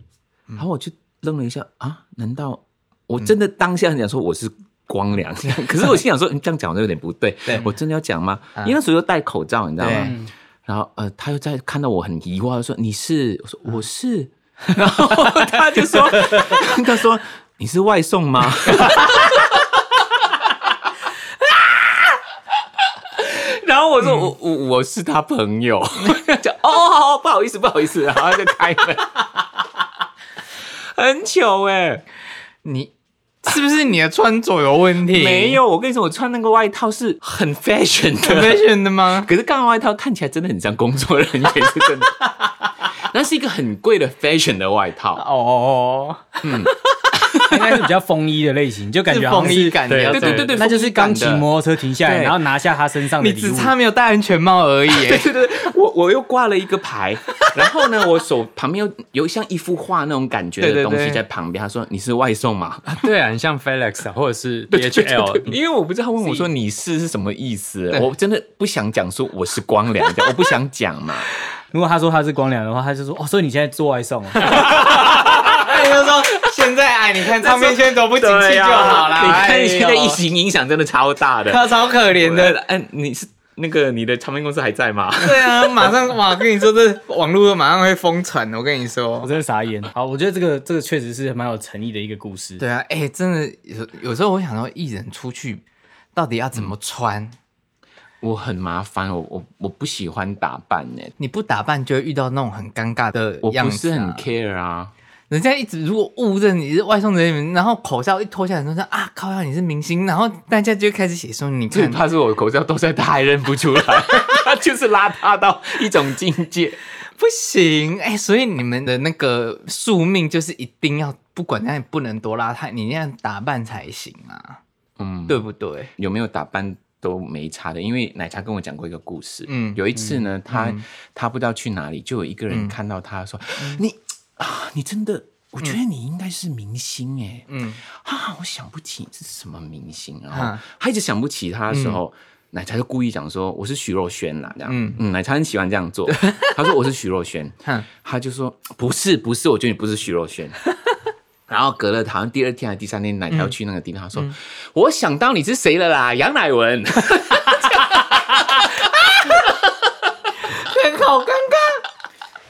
B: 然后我就愣了一下啊，难
D: 嗯
B: 道我真的当下讲说我是光良？ 可是我心想说，你嗯这样讲好像有点不对，
D: 对啊
B: 我真的要讲吗？因为那时候又戴口罩，你知道
D: 对
B: 吗？然后呃，他又在看到我很疑惑，他说你是，我说
D: 嗯
B: 我是， 然后他就说 他说你是外送吗？然后我说、我我我是他朋友， 讲哦哦好不好意思不好意思，然后他就开门， 很糗哎、
D: 你 是不是你的穿着有问题？
B: 没有，我跟你说，我穿那个外套是很 fashion 的，
D: ，fashion 的吗？
B: 可是干外套看起来真的很像工作人员，是真的。 那是一个很贵的 fashion 的外套，
D: 哦，
E: 应该是比较风衣的类型，就感觉好像
D: 风
E: 是
D: 衣感，
C: 对
D: 你要
B: 对
D: 这
B: 对
D: 样
B: 对对，
E: 那就是刚骑
B: 风衣感的
E: 摩托车停下来，
B: 对
E: 然后拿下他身上的
D: 你
E: 礼物
D: 只。差没有戴安全帽而已。
B: 对对对，我我又挂了一个牌，然后呢，我手旁边有有像一幅画那种感觉
D: 对对
B: 的东西
D: 对
B: 在旁边。他说你是外送吗？
C: 对啊，很像 Felix 啊，或者是
B: 对
C: DHL，
B: 因为我不知道他问我说你是是什么意思，我真的不想讲说我是光良 这样，我不想讲嘛。
E: 如果他说他是光良的话，他就说哦，所以你现在做外送哦，
D: 他就说现在哎， 你看唱片圈多不景气
B: 对
D: 就
B: 哎呀，
D: 好啦。
B: 你看现在
D: 一
B: 疫，情影响真的超大的。
D: 他超可怜的。
B: 的，嗯，你是那个你的唱片公司还在吗？
D: 对啊，马上哇，跟你说这网络马上会疯传，我跟你
E: 我
D: 说。
E: 真的傻眼。好，我觉得这个这个确实是蛮有诚意的一个故事。
D: 对啊，哎、真的有有时候我想说，艺人出去到底要怎么穿？
B: 我很麻烦，我我我不喜欢打扮呢、
D: 你不打扮就会遇到那种很尴尬的
B: 我
D: 样
B: 不是
D: 子、啊。
B: 很 care 啊。
D: 人家一直如果误认你是外送人员，然后口罩一脱下来，说啊靠呀，你是明星，然后大家就开始写说你
B: 最
D: 看
B: 怕是我口罩都在，他还认不 出来，他就是邋遢到一种境界。
D: 不行哎、所以你们的那个宿命就是一定要不管那不能多邋遢，你那样打扮才行啊，
B: 嗯，
D: 对不对？
B: 有没有打扮都没差的，因为奶茶跟我讲过一个故事。
D: 嗯
B: 嗯，有一次呢，他他不知道去哪里，就有一个
D: 嗯
B: 人看到他说：“你啊，你真的，我觉得你应该是明星哎。”
D: 嗯，
B: 啊，我想不起是什么明星，然后
D: 哈
B: 他一直想不起他的时候，奶茶就故意讲说我是徐若瑄啦，这样，
D: 嗯
B: 嗯奶茶很喜欢这样 做，他说我是徐若瑄
D: 哼，
B: 他就说不是不是，我觉得你不是徐若瑄。然后隔了好像第二天还是第三天，奶茶要去那个地方，他说、
D: 嗯
B: 我想到你是谁了啦，杨乃文。
D: 好尴尬，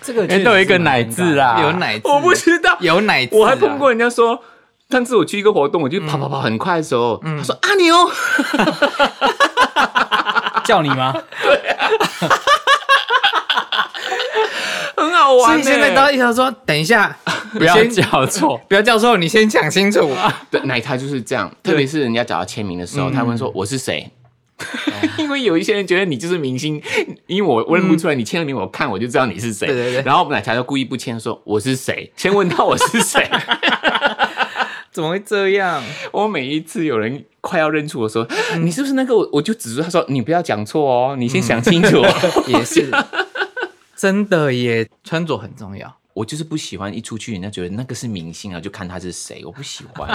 E: 这个
C: 哎，都有一个奶字
E: 啊，
B: 哎
C: 啊，
D: 有奶字，
B: 我不知道，
D: 有奶字啊，
B: 我还碰过人家说，上次我去一个活动，我就跑跑跑很快的时候，他说啊哦阿牛。
E: 叫你吗？
B: 很好玩、欸，
D: 所以现在到一条说，等一下，
C: 不要
D: 先
C: 叫错。
D: 不要叫错，你先讲清楚。
B: 对，奶茶就是这样，特别是人家找他签名的时候，他会说我是谁。因为有一些人觉得你就是明星，因为我我认不出来，你签了名，我看我就知道你是谁。
D: 对对对
B: 然后奶茶就故意不签，说我是谁，先问到我是谁。
D: 怎么会这样？
B: 我每一次有人快要认出我说啊你是不是那个，我我就指住他说你不要讲错哦，你先想清楚哦。
D: 也是，真的耶，穿着很重要。
B: 我就是不喜欢一出去人家觉得那个是明星啊，就看他是谁，我不喜 欢。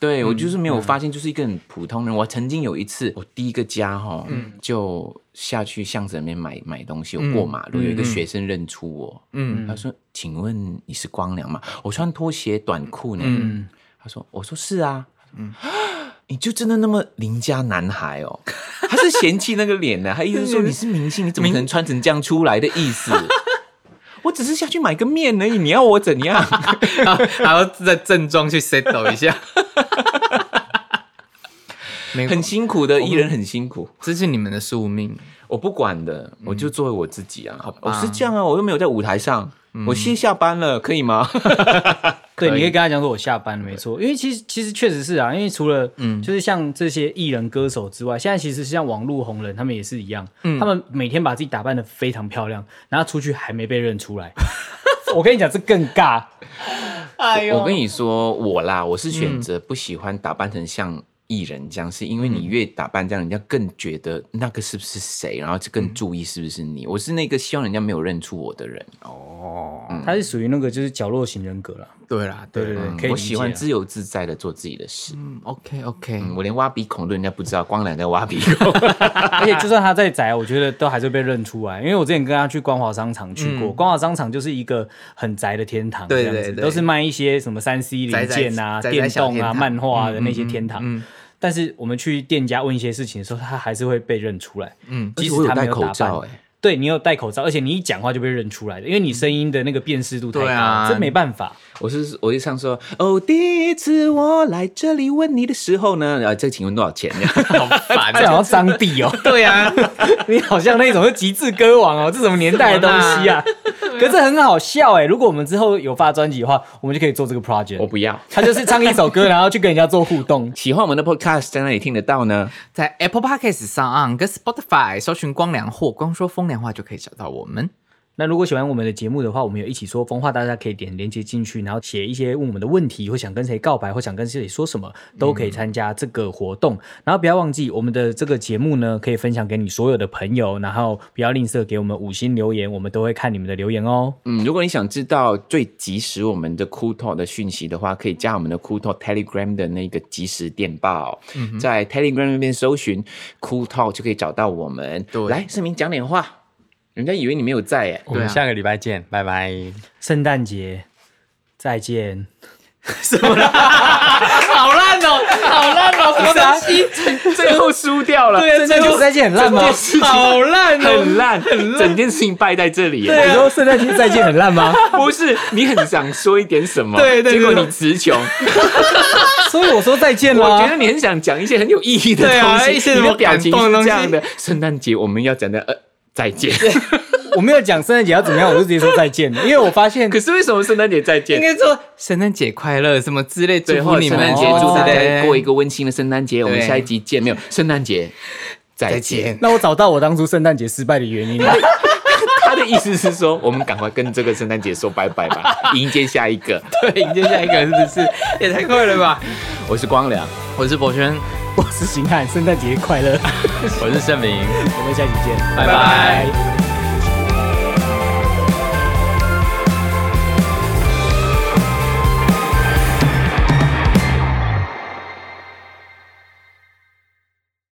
B: 对我就是没
D: 嗯
B: 有发现，就是一个很普通人。我曾经有一次，我第一个家哈，
D: 嗯
B: 就下去巷子里面买买东西，我过马路、有一个学生认出我，
D: 嗯
B: 他说：“请问你是光良吗？”我穿拖鞋短裤呢，
D: 嗯
B: 他说：“我说是啊。”嗯， 你就真的那么邻家男孩哦？他是嫌弃那个脸呢，他意思 说你是明星，你怎么可能穿成这样出来的意思？我只是下去买个面而已，你要我怎 样？
D: 然后然后在正装去 settle 一下。没
B: 很
D: 很，
B: 辛苦的艺人，很辛苦。
D: 这是你们的宿命。
B: 我不管的，我就作为我自己啊。
D: 吧
B: 我是这样啊，我又没有在舞台上，我先下班了，可以吗？
E: 对，你可以跟他讲说我下班了，没错，因为其实其实确实是啊，因为除了嗯，就是像这些艺人歌手之外，现在其实像网络红人，他们也是一样，他们每天把自己打扮的非常漂亮，然后出去还没被认出来。 我跟你讲，这更尬。哎
B: 我跟你说，我啦，我是选择不喜欢打扮成像艺人这样，是因为你越打扮这样，人家更觉得那个是不是谁，然后就更注意是不是你。我是那个希望人家没有认出我的人，
E: 他是属于那个就是角落型人格了。
C: 对啦，
E: 对对对，可以理解啊
B: 嗯我喜欢自由自在的做自己的事。
D: 嗯，OK OK，
B: 嗯，我连挖鼻孔都人家不知道，光懒得挖鼻 孔。
E: 而且就算他再宅，我觉得都还是被认出来，因为我之前跟他去光华商场去过，光华商场就是一个很宅的天堂，
D: 嗯对
E: 这样子
D: 对对
E: 都是卖一些什么三 C
D: 宅
E: 零
D: 宅
E: 件啊、
D: 宅宅
E: 电
D: 小
E: 动
D: 天
E: 啊、
D: 堂嗯
E: 漫画啊的那些天堂。但是我们去店家问一些事情的时候，他还是会被认出来。嗯，即
B: 而且我
E: 使
B: 有
E: 他没
B: 戴
E: 有打
B: 口
E: 扮，
B: 罩
D: 欸
B: 哎、
E: 对你有戴口罩，而且你一讲话就被认出来的，因为你声音的那个辨识度太高，
D: 对啊
E: 这没办法。
B: 我是我就唱说哦，第一次我来这里问你的时候呢，啊，这请问多少钱？ 这样
D: 好烦
E: 这好像张帝哦，
D: 对啊，
E: 你好像那种是极致歌王哦，这什么年代的东西 啊？可是很好笑哎、如果我们之后有发专辑的话，我们就可以做这个 project
B: 我。不要。
E: 他就是唱一首歌，然后去跟人家做互动。
B: 喜欢我们的 podcast 在哪里听得到呢？
D: 在 Apple Podcast 上岸跟 Spotify 搜寻“光良”或“光说风凉话”就可以找到我们。
E: 那如果喜欢我们的节目的话，我们有一起说风话，大家可以点连接进去，然后写一些问我们的问题，或想跟谁告白，或想跟谁说什么，都可以参加这个活动。然后不要忘记我们的这个节目呢，可以分享给你所有的朋友，然后不要吝啬给我们五星留言，我们都会看你们的留言哦。
B: 嗯，如果你想知道最及时我们的 Kuto 的讯息的话，可以加我们的 Kuto Telegram 的那个即时电报，
D: 嗯
B: 在 Telegram 那边搜寻 Kuto 就可以找到我们。
D: 对
B: 来，盛明讲点话，人家以为你没有在 耶。
C: 我们下个礼拜见，拜拜。
E: 圣诞节再见。
D: 好烂哦，好烂哦，什么东西？
B: 最后输 掉了，
E: 圣诞节再见很烂吗？
D: 啊好烂哦！
B: 很烂，很烂，整件事情败在这里耶。
E: 你说圣诞节再见很烂 吗？
B: 不是，你很想说一点什么，
D: 对对对
B: 结果你词穷。
E: 所以我说再见
B: 我觉
E: 啦。
B: 得你很想讲一些很有意义的
D: 对
B: 东
D: 啊
B: 西，
D: 一些
B: 你
D: 什
B: 的
D: 么
B: 表情
D: 感
B: 是
D: 动的
B: 这样的
D: 东。
B: 圣诞节我们要讲的，呃，再见。
E: 我没有讲圣诞节要怎么样，我就直接说再见了，因为我发现
B: 可是为什么圣诞节再见
D: 应？该说圣诞节快乐什么之类，祝
B: 最
D: 福
B: 后
D: 你
B: 圣
D: 们
B: 诞节
E: 哦
B: 祝大家过一
D: 个
B: 个温馨的圣诞节，我们
D: 对
B: 下一集见。没有圣诞节再
D: 再
B: 见
D: 见。。
E: 那我找到我当初圣诞节失败的原 因了。
B: 他的意思是说，我们赶快跟这个圣诞节说拜拜 吧，迎接下一个。
D: 对，迎接下一个是不是？也太快了吧！
B: 我是光良，
D: 我是博轩，
E: 我是邢汉，圣诞节快乐，
C: 我是盛明，
E: 我们下期见，
C: 拜拜
E: 拜